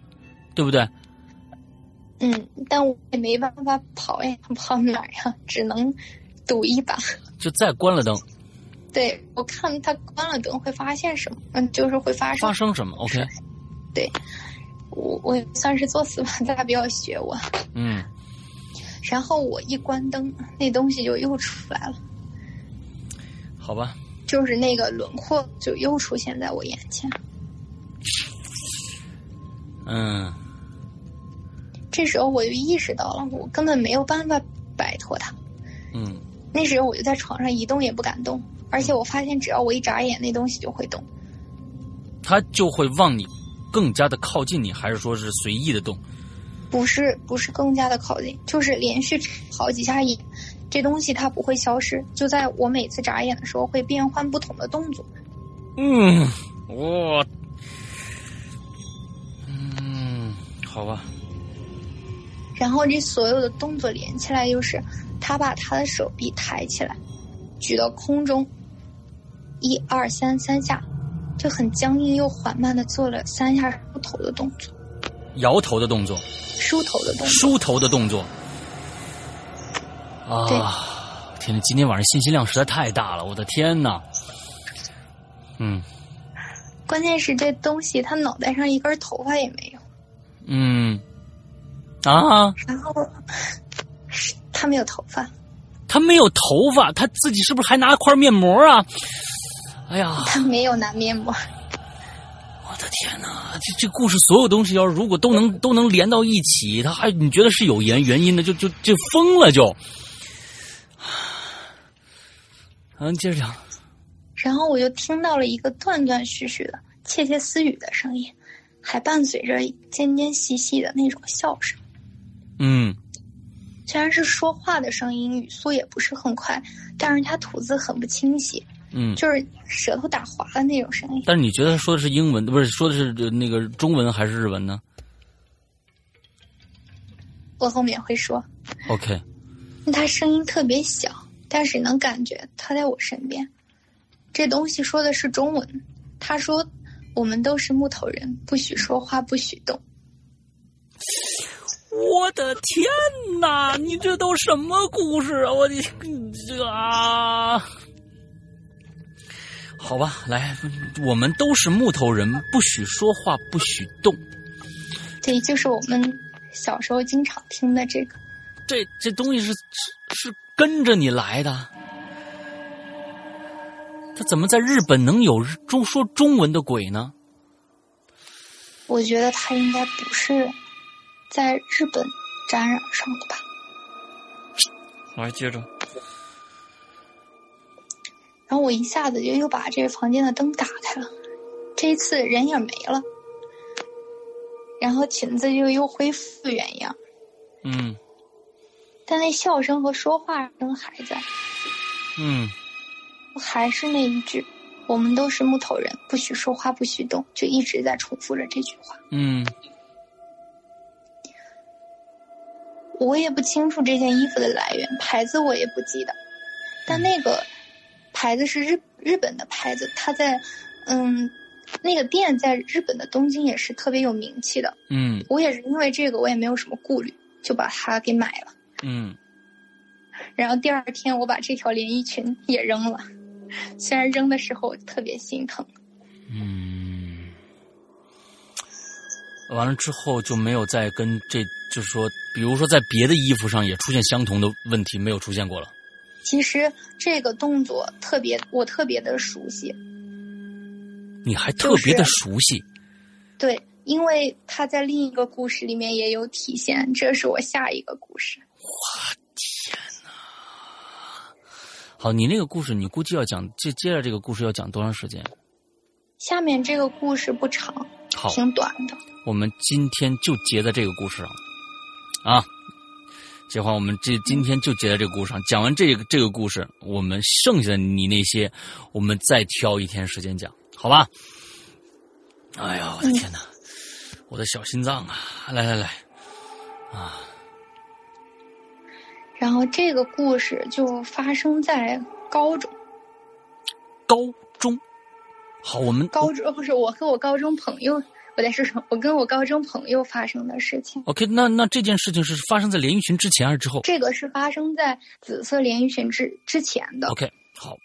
Speaker 3: 对不对？
Speaker 4: 嗯，但我也没办法跑呀，跑哪儿呀？只能赌一把。
Speaker 3: 就再关了灯，
Speaker 4: 对我看它关了灯会发现什么？嗯，就是会发生
Speaker 3: 发。生什么？OK，
Speaker 4: 我我也算是作死吧， 大家不要学我。
Speaker 3: 嗯
Speaker 4: 然后我一关灯，那东西就又出来了。
Speaker 3: 好吧，
Speaker 4: 就是那个轮廓就又出现在我眼前。
Speaker 3: 嗯
Speaker 4: 这时候我就意识到了，我根本没有办法摆脱它。
Speaker 3: 嗯
Speaker 4: 那时候我就在床上一动也不敢动，而且我发现只要我一眨眼，那东西就会动。
Speaker 3: 它就会往你更加的靠近你，还是说是随意的动？
Speaker 4: 不是不是更加的靠近，就是连续好几下眼，这东西它不会消失，就在我每次眨眼的时候会变换不同的动作。
Speaker 3: 嗯，我，嗯，好吧，
Speaker 4: 然后这所有的动作连起来就是，他把他的手臂抬起来，举到空中，一二三三下，就很僵硬又缓慢的做了三下梳头的动作，
Speaker 3: 摇头的动作，
Speaker 4: 梳头的动作。
Speaker 3: 梳头的动作。啊，天呐，今天晚上信息量实在太大了，我的天呐。嗯
Speaker 4: 关键是这东西他脑袋上一根头发也没有，
Speaker 3: 嗯，啊，
Speaker 4: 然后是他没有头发，
Speaker 3: 他没有头发，他自己是不是还拿块面膜啊？哎呀，
Speaker 4: 他没有拿面膜，
Speaker 3: 我的天哪！这这故事所有东西要是如果都能都能连到一起，他还你觉得是有原原因的，就就就疯了就。嗯，接着讲。
Speaker 4: 然后我就听到了一个断断续续的窃窃私语的声音，还伴随着尖尖细细的那种笑声。
Speaker 3: 嗯
Speaker 4: 虽然是说话的声音，语速也不是很快，但是他吐字很不清晰，
Speaker 3: 嗯，
Speaker 4: 就是舌头打滑的那种声音。
Speaker 3: 但是你觉得他说的是英文，不是说的是呃那个中文还是日文呢
Speaker 4: 我后面会说，
Speaker 3: ？OK，
Speaker 4: 他声音特别小，但是能感觉他在我身边。这东西说的是中文，他说：“我们都是木头人，不许说话，不许动。
Speaker 3: 我的天哪！你这都什么故事啊！我的这啊，好吧，来，我们都是木头人，不许说话，不许动。”
Speaker 4: 对，就是我们小时候经常听的这个。
Speaker 3: 这这东西是是是跟着你来的，他怎么在日本能有日中说中文的鬼呢？
Speaker 4: 我觉得他应该不是在日本沾染上的吧？
Speaker 3: 来接着。
Speaker 4: 然后我一下子就又把这房间的灯打开了，这一次人也没了，然后裙子就又恢复原样，
Speaker 3: 嗯
Speaker 4: 但那笑声和说话声还在。
Speaker 3: 嗯
Speaker 4: 还是那一句，我们都是木头人，不许说话，不许动，就一直在重复着这句话。
Speaker 3: 嗯
Speaker 4: 我也不清楚这件衣服的来源，牌子我也不记得，但那个牌子是日日本的牌子，它在嗯，那个店在日本的东京也是特别有名气的。
Speaker 3: 嗯
Speaker 4: 我也是因为这个，我也没有什么顾虑，就把它给买了。
Speaker 3: 嗯
Speaker 4: 然后第二天，我把这条连衣裙也扔了，虽然扔的时候我特别心疼。
Speaker 3: 嗯。完了之后就没有再跟这，就是说，比如说在别的衣服上也出现相同的问题，没有出现过了。
Speaker 4: 其实这个动作特别，我特别的熟悉。
Speaker 3: 你还特别的
Speaker 4: 就是
Speaker 3: 熟悉，
Speaker 4: 对，因为他在另一个故事里面也有体现，这是我下一个故事。
Speaker 3: 好，你那个故事，你估计要讲接接下来这个故事要讲多长时间？
Speaker 4: 下面这个故事不长，
Speaker 3: 好，
Speaker 4: 挺短的。
Speaker 3: 我们今天就结在这个故事上，啊，这话我们这今天就结在这个故事上。讲完这个这个故事，我们剩下的你那些，我们再挑一天时间讲，好吧？哎呀，我的天哪，
Speaker 4: 嗯
Speaker 3: 我的小心脏啊！来来来，
Speaker 4: 然后这个故事就发生在高中，
Speaker 3: 高中，好，我们
Speaker 4: 高中哦不是我和我高中朋友，我在说什么？我跟我高中朋友发生的事情。
Speaker 3: OK，那那这件事情是发生在连衣裙之前还是之后
Speaker 4: 这个是发生在紫色连衣裙之之前的。
Speaker 3: ？OK，好，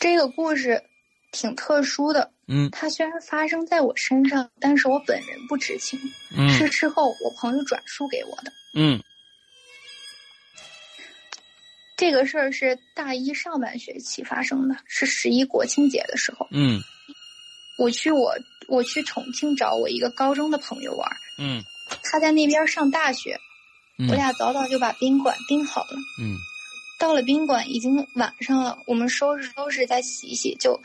Speaker 4: 这个故事挺特殊的，
Speaker 3: 嗯
Speaker 4: 它虽然发生在我身上，但是我本人不知情，是
Speaker 3: 嗯
Speaker 4: 事后我朋友转述给我的。
Speaker 3: 嗯
Speaker 4: 这个事儿是大一上半学期发生的，是十一国庆节的时候，
Speaker 3: 嗯
Speaker 4: 我去我我去重庆找我一个高中的朋友玩儿，
Speaker 3: 嗯
Speaker 4: 他在那边上大学，
Speaker 3: 嗯
Speaker 4: 我俩早早就把宾馆订好了。
Speaker 3: 嗯
Speaker 4: 到了宾馆已经晚上了，我们收拾收拾再洗一洗，就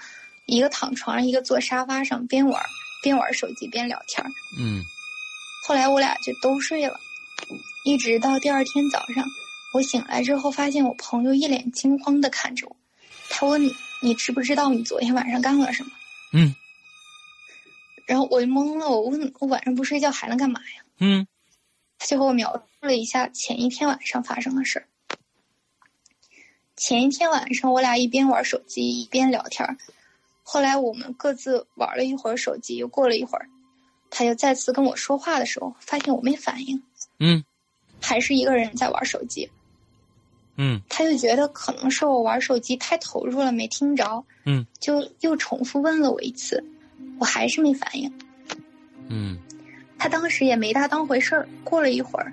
Speaker 4: 一个躺床上，一个坐沙发上，边玩儿边玩手机边聊天儿。
Speaker 3: 嗯
Speaker 4: 后来我俩就都睡了，一直到第二天早上，我醒来之后，发现我朋友一脸惊慌的看着我，他问你你知不知道你昨天晚上干了什么？
Speaker 3: 嗯
Speaker 4: 然后我就懵了，我问我晚上不睡觉还能干嘛呀？
Speaker 3: 嗯
Speaker 4: 他就和我描述了一下前一天晚上发生的事儿。前一天晚上，我俩一边玩手机一边聊天儿，后来我们各自玩了一会儿手机，又过了一会儿，他就再次跟我说话的时候，发现我没反应，
Speaker 3: 嗯
Speaker 4: 还是一个人在玩手机。
Speaker 3: 嗯
Speaker 4: 他就觉得可能是我玩手机太投入了，没听着，
Speaker 3: 嗯，
Speaker 4: 就又重复问了我一次，我还是没反应。
Speaker 3: 嗯
Speaker 4: 他当时也没大当回事儿。过了一会儿，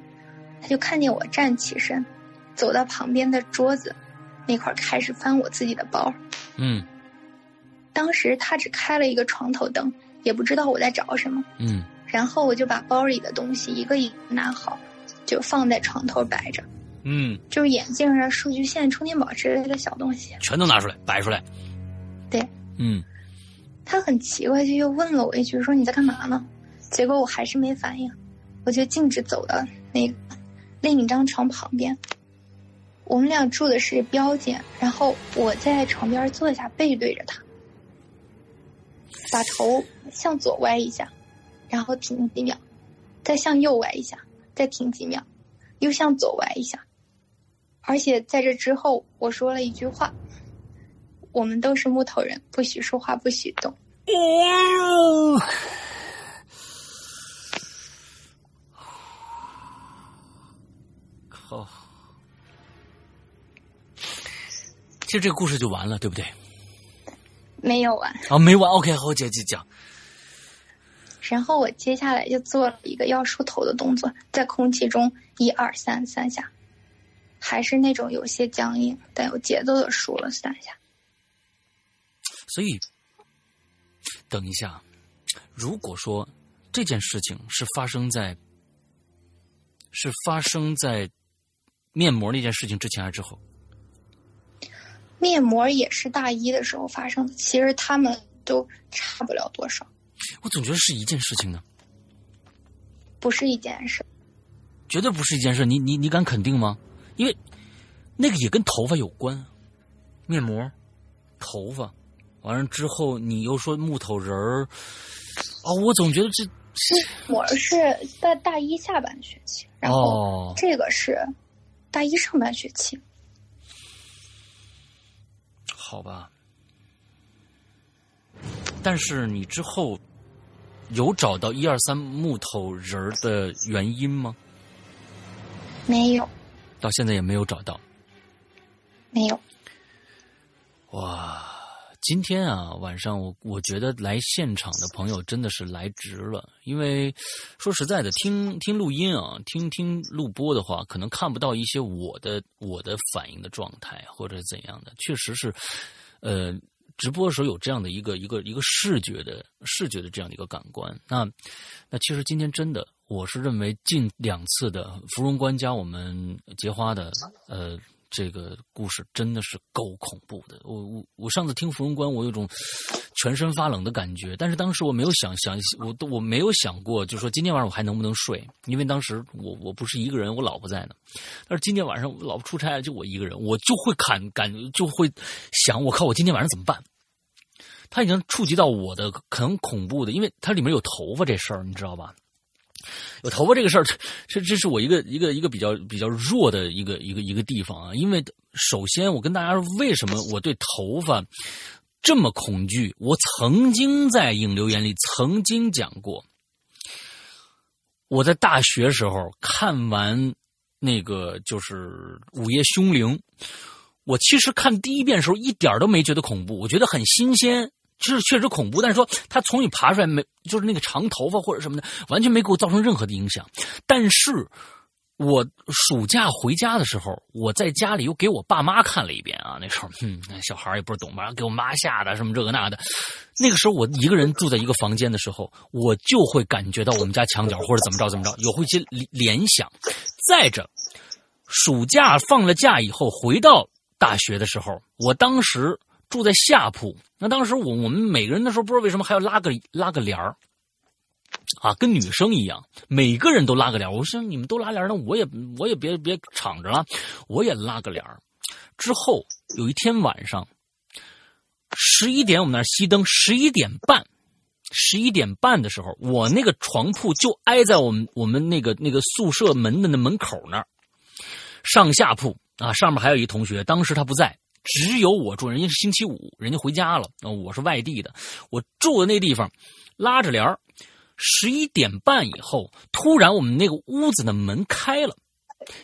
Speaker 4: 他就看见我站起身，走到旁边的桌子那块儿开始翻我自己的包。
Speaker 3: 嗯
Speaker 4: 当时他只开了一个床头灯，也不知道我在找什么。
Speaker 3: 嗯
Speaker 4: 然后我就把包里的东西一个一个拿好，就放在床头摆着，
Speaker 3: 嗯，
Speaker 4: 就是眼镜啊、数据线、充电宝之类的小东西。
Speaker 3: 全都拿出来，摆出来。
Speaker 4: 对，
Speaker 3: 嗯
Speaker 4: 他很奇怪，就又问了我一句，说你在干嘛呢？结果我还是没反应，我就径直走到那个另一张床旁边。我们俩住的是标间，然后我在床边坐下，背对着他，把头向左歪一下，然后停几秒，再向右歪一下，再停几秒，又向左歪一下。而且在这之后，我说了一句话：“我们都是木头人，不许说话，不许动。”
Speaker 3: 哎靠！其实这个故事就完了，对不对？
Speaker 4: 没有完。
Speaker 3: 啊，没完。OK，好，姐姐讲。
Speaker 4: 然后我接下来就做了一个要梳头的动作，在空气中一二三三下，还是那种有些僵硬但有节奏的梳了三下。
Speaker 3: 所以，等一下，如果说这件事情是发生在是发生在面膜那件事情之前还是之后？
Speaker 4: 面膜也是大一的时候发生的，其实他们都差不了多少，
Speaker 3: 我总觉得是一件事情呢，
Speaker 4: 不是一件事。
Speaker 3: 绝对不是一件事。你你你敢肯定吗？因为那个也跟头发有关啊，面膜、头发，完了之后你又说木头人儿，啊、我总觉得这
Speaker 4: 我是在大一下半学期，然后
Speaker 3: 哦，
Speaker 4: 这个是大一上半学期。
Speaker 3: 好吧。但是你之后有找到一二三木头人儿的原因吗？
Speaker 4: 没有，
Speaker 3: 到现在也没有找到。
Speaker 4: 没有，
Speaker 3: 哇，今天啊晚上我我觉得来现场的朋友真的是来值了，因为说实在的，听听录音啊，听听录播的话，可能看不到一些我的我的反应的状态或者怎样的，确实是，呃。直播的时候有这样的一个一个一个视觉的视觉的这样的一个感官，那那其实今天真的，我是认为近两次的芙蓉关加我们结花的呃这个故事真的是够恐怖的。我我我上次听芙蓉关，我有种全身发冷的感觉，但是当时我没有想想，我都我没有想过，就说今天晚上我还能不能睡，因为当时我我不是一个人，我老婆在呢。但是今天晚上我老婆出差了，就我一个人，我就会感感就会想，我靠，我今天晚上怎么办？他已经触及到我的很恐怖的，因为它里面有头发这事儿，你知道吧？有头发这个事儿，这这是我一个一个一个比较比较弱的一个一个一个地方啊。因为首先我跟大家说，为什么我对头发这么恐惧？我曾经在影留言里曾经讲过，我在大学时候看完那个就是《午夜凶铃》，我其实看第一遍的时候一点儿都没觉得恐怖，我觉得很新鲜，就是确实恐怖，但是说它从你爬出来没，就是那个长头发或者什么的，完全没给我造成任何的影响。但是我暑假回家的时候，我在家里又给我爸妈看了一遍啊，那时候，嗯，小孩儿也不是懂吧，给我妈吓的什么这个那的。那个时候我一个人住在一个房间的时候，我就会感觉到我们家墙角或者怎么着怎么着，有会一些联联想。再者，暑假放了假以后回到大学的时候，我当时住在下铺，那当时我我们每个人那时候不知道为什么还要拉个拉个帘儿。啊，跟女生一样，每个人都拉个帘儿我说你们都拉帘儿那我也我也别别敞着了，我也拉个帘儿之后有一天晚上，十一点我们那儿熄灯，十一点半，十一点半的时候，我那个床铺就挨在我们我们那个那个宿舍门的那门口那儿，上下铺啊，上面还有一同学，当时他不在。只有我住，人家是星期五，人家回家了。啊我是外地的，我住的那地方拉着帘儿，十一点半以后，突然我们那个屋子的门开了，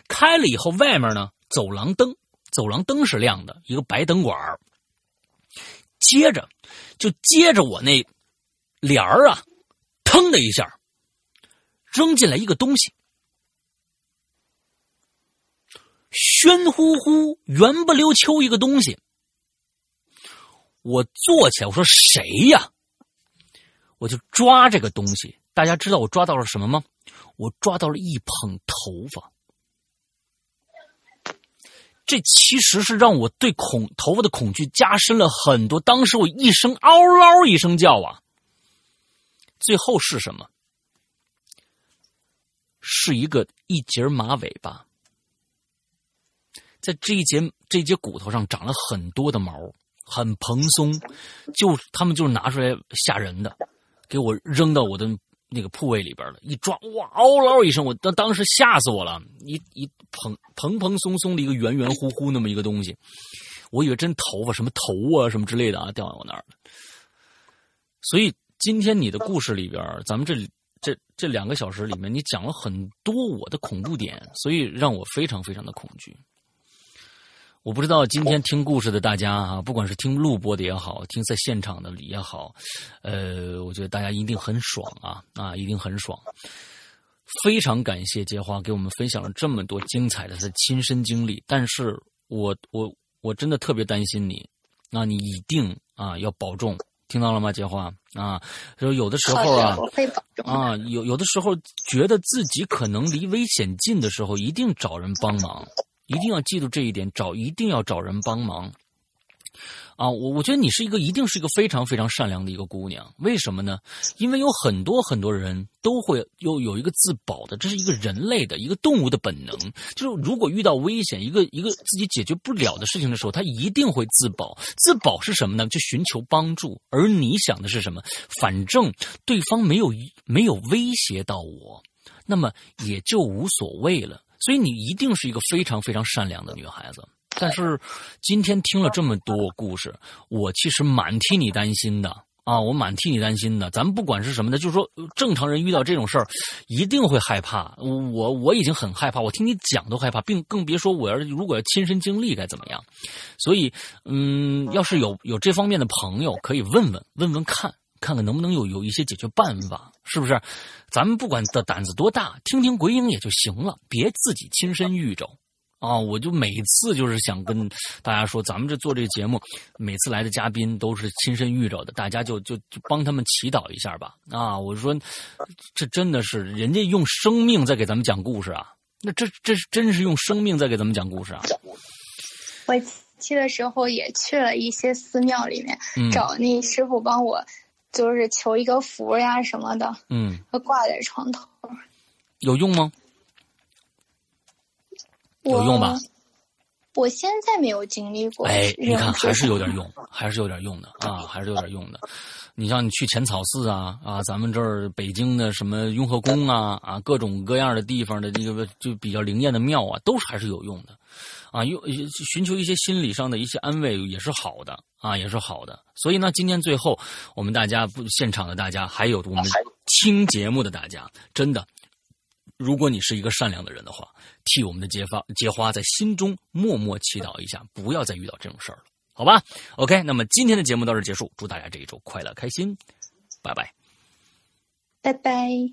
Speaker 3: 开了以后，外面呢走廊灯，走廊灯是亮的，一个白灯管儿接着就接着我那帘儿啊，腾的一下扔进来一个东西，喧呼呼、圆不溜秋一个东西。我坐起来，我说谁呀、我就抓这个东西。大家知道我抓到了什么吗？我抓到了一捧头发。这其实是让我对恐头发的恐惧加深了很多。当时我一声嗷嗷一声叫啊，最后是什么？是一个一截马尾巴，在这一节这一节骨头上长了很多的毛，很蓬松，就他们就是拿出来吓人的。给我扔到我的那个铺位里边了，一抓哇，嗷嗷一声，我当当时吓死我了，一一蓬蓬蓬松松的一个圆圆乎乎那么一个东西，我以为真头发什么头啊什么之类的啊掉到我那儿了。所以今天你的故事里边，咱们这这这两个小时里面，你讲了很多我的恐怖点，所以让我非常非常的恐惧。我不知道今天听故事的大家啊，不管是听录播的也好，听在现场的也好，呃，我觉得大家一定很爽啊啊，一定很爽。非常感谢杰花给我们分享了这么多精彩的他的亲身经历，但是我我我真的特别担心你，那你一定啊要保重，听到了吗？接话啊，就有的时候啊，
Speaker 4: 我会保重的
Speaker 3: 啊，有有的时候觉得自己可能离危险近的时候，一定找人帮忙，一定要记住这一点，找一定要找人帮忙。啊，我我觉得你是一个一定是一个非常非常善良的一个姑娘，为什么呢？因为有很多很多人都会有有一个自保的，这是一个人类的一个动物的本能，就是如果遇到危险，一个一个自己解决不了的事情的时候，他一定会自保。自保是什么呢？就寻求帮助。而你想的是什么？反正对方没有没有威胁到我，那么也就无所谓了。所以你一定是一个非常非常善良的女孩子。但是今天听了这么多故事，我其实蛮替你担心的啊，我蛮替你担心的。咱们不管是什么的，就是说正常人遇到这种事儿，一定会害怕。我我已经很害怕，我听你讲都害怕，并更别说我要是如果要亲身经历该怎么样。所以，嗯，要是有有这方面的朋友，可以问问问问看。看看能不能有有一些解决办法，是不是？咱们不管的胆子多大，听听鬼影也就行了，别自己亲身遇着。啊、我就每次就是想跟大家说，咱们这做这个节目，每次来的嘉宾都是亲身遇着的，大家就就就帮他们祈祷一下吧。啊，我说，这真的是人家用生命在给咱们讲故事啊，那这这是真是用生命在给咱们讲故事啊。
Speaker 4: 我去的时候也去了一些寺庙里面，
Speaker 3: 嗯
Speaker 4: 找那师傅帮我，就是求一个符呀什么的，
Speaker 3: 嗯，
Speaker 4: 挂在床头。
Speaker 3: 有用吗？有用吧
Speaker 4: 我？我现在没有经历过，
Speaker 3: 哎，你看还是有点
Speaker 4: 用。
Speaker 3: 用，还是有点用的啊，还是有点用的。你像你去浅草寺啊啊，咱们这儿北京的什么雍和宫啊啊，各种各样的地方的这个就比较灵验的庙啊，都是还是有用的啊。用寻求一些心理上的一些安慰也是好的啊，也是好的。所以呢，今天最后我们大家不现场的大家，啊还有我们听节目的大家，真的如果你是一个善良的人的话，替我们的结发结花在心中默默祈祷一下，不要再遇到这种事儿了，好吧？OK，那么今天的节目到这儿结束，祝大家这一周快乐开心，拜拜。
Speaker 4: 拜拜。